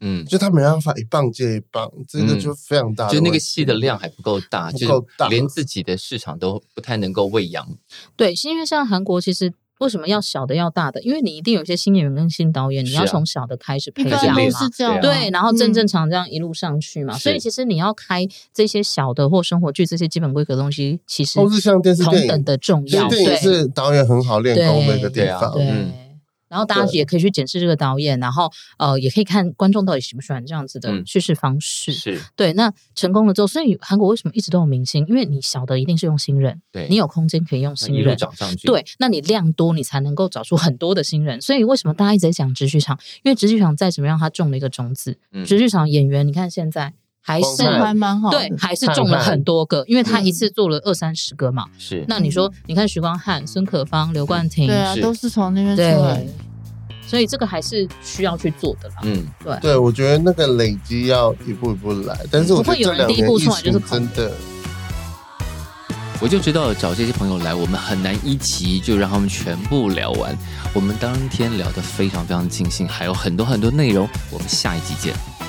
Speaker 3: 嗯，
Speaker 4: 就他没办法一棒接一棒，这个就非常大的问题。
Speaker 3: 就那个戏的量还不够大，
Speaker 4: 不
Speaker 3: 就是
Speaker 4: 够大
Speaker 3: 连自己的市场都不太能够喂养。
Speaker 1: 对，是因为像韩国其实。为什么要小的要大的？因为你一定有一些新演员跟新导演，你
Speaker 3: 是啊
Speaker 1: 要从小的开始培
Speaker 2: 一
Speaker 3: 对
Speaker 1: 养嘛
Speaker 2: 般都
Speaker 3: 类。
Speaker 2: 是这样啊，
Speaker 1: 对，然后正
Speaker 2: 嗯
Speaker 1: 正常这样一路上去嘛，
Speaker 3: 是
Speaker 1: 所以其实你要开这些小的或生活剧这些基本规格的东西，其实
Speaker 4: 都是像电视电
Speaker 1: 同等
Speaker 4: 影，
Speaker 1: 的重
Speaker 4: 电
Speaker 1: 要。
Speaker 4: 视电影
Speaker 1: 对
Speaker 4: 是导演很好练功的一个地
Speaker 3: 对对啊
Speaker 4: 方。
Speaker 1: 对。
Speaker 3: 嗯
Speaker 1: 然后大家
Speaker 4: 对
Speaker 1: 也可以去检视这个导演，然后呃，也可以看观众到底喜不喜欢这样子的
Speaker 3: 嗯
Speaker 1: 叙事方式。
Speaker 3: 是
Speaker 1: 对，那成功了之后，所以韩国为什么一直都有明星？因为你小的一定是用新人，
Speaker 3: 对，
Speaker 1: 你有空间可以用新
Speaker 3: 一路
Speaker 1: 人。
Speaker 3: 涨上去，
Speaker 1: 对，那你量多，你才能够找出很多的新人。所以为什么大家一直在讲直剧场？因为直剧场再怎么样，它种了一个种子。
Speaker 3: 嗯
Speaker 1: 直剧场演员，你看现在还
Speaker 4: 光
Speaker 1: 是
Speaker 4: 看
Speaker 2: 还蛮好的，
Speaker 1: 对，还是中了很多个，因为
Speaker 3: 嗯
Speaker 1: 他一次做了二三十个嘛。
Speaker 3: 是
Speaker 1: 那你说，你看徐光汉、孙可芳、刘冠廷
Speaker 2: 对，啊，
Speaker 3: 是
Speaker 2: 都是从那边出来
Speaker 1: 对
Speaker 2: 的。，
Speaker 1: 所以这个还是需要去做的啦。
Speaker 3: 嗯
Speaker 4: 对，我觉得那个累积要一步一步来，但是我觉得这
Speaker 1: 不会有人
Speaker 4: 两
Speaker 1: 第一
Speaker 4: 年
Speaker 1: 步
Speaker 4: 疫
Speaker 1: 出来就是
Speaker 4: 情
Speaker 1: 恐
Speaker 4: 真
Speaker 1: 怖
Speaker 4: 的，
Speaker 3: 我就知道找这些朋友来，我们很难一集就让他们全部聊完。我们当天聊得非常非常尽兴，还有很多很多内容，我们下一集见。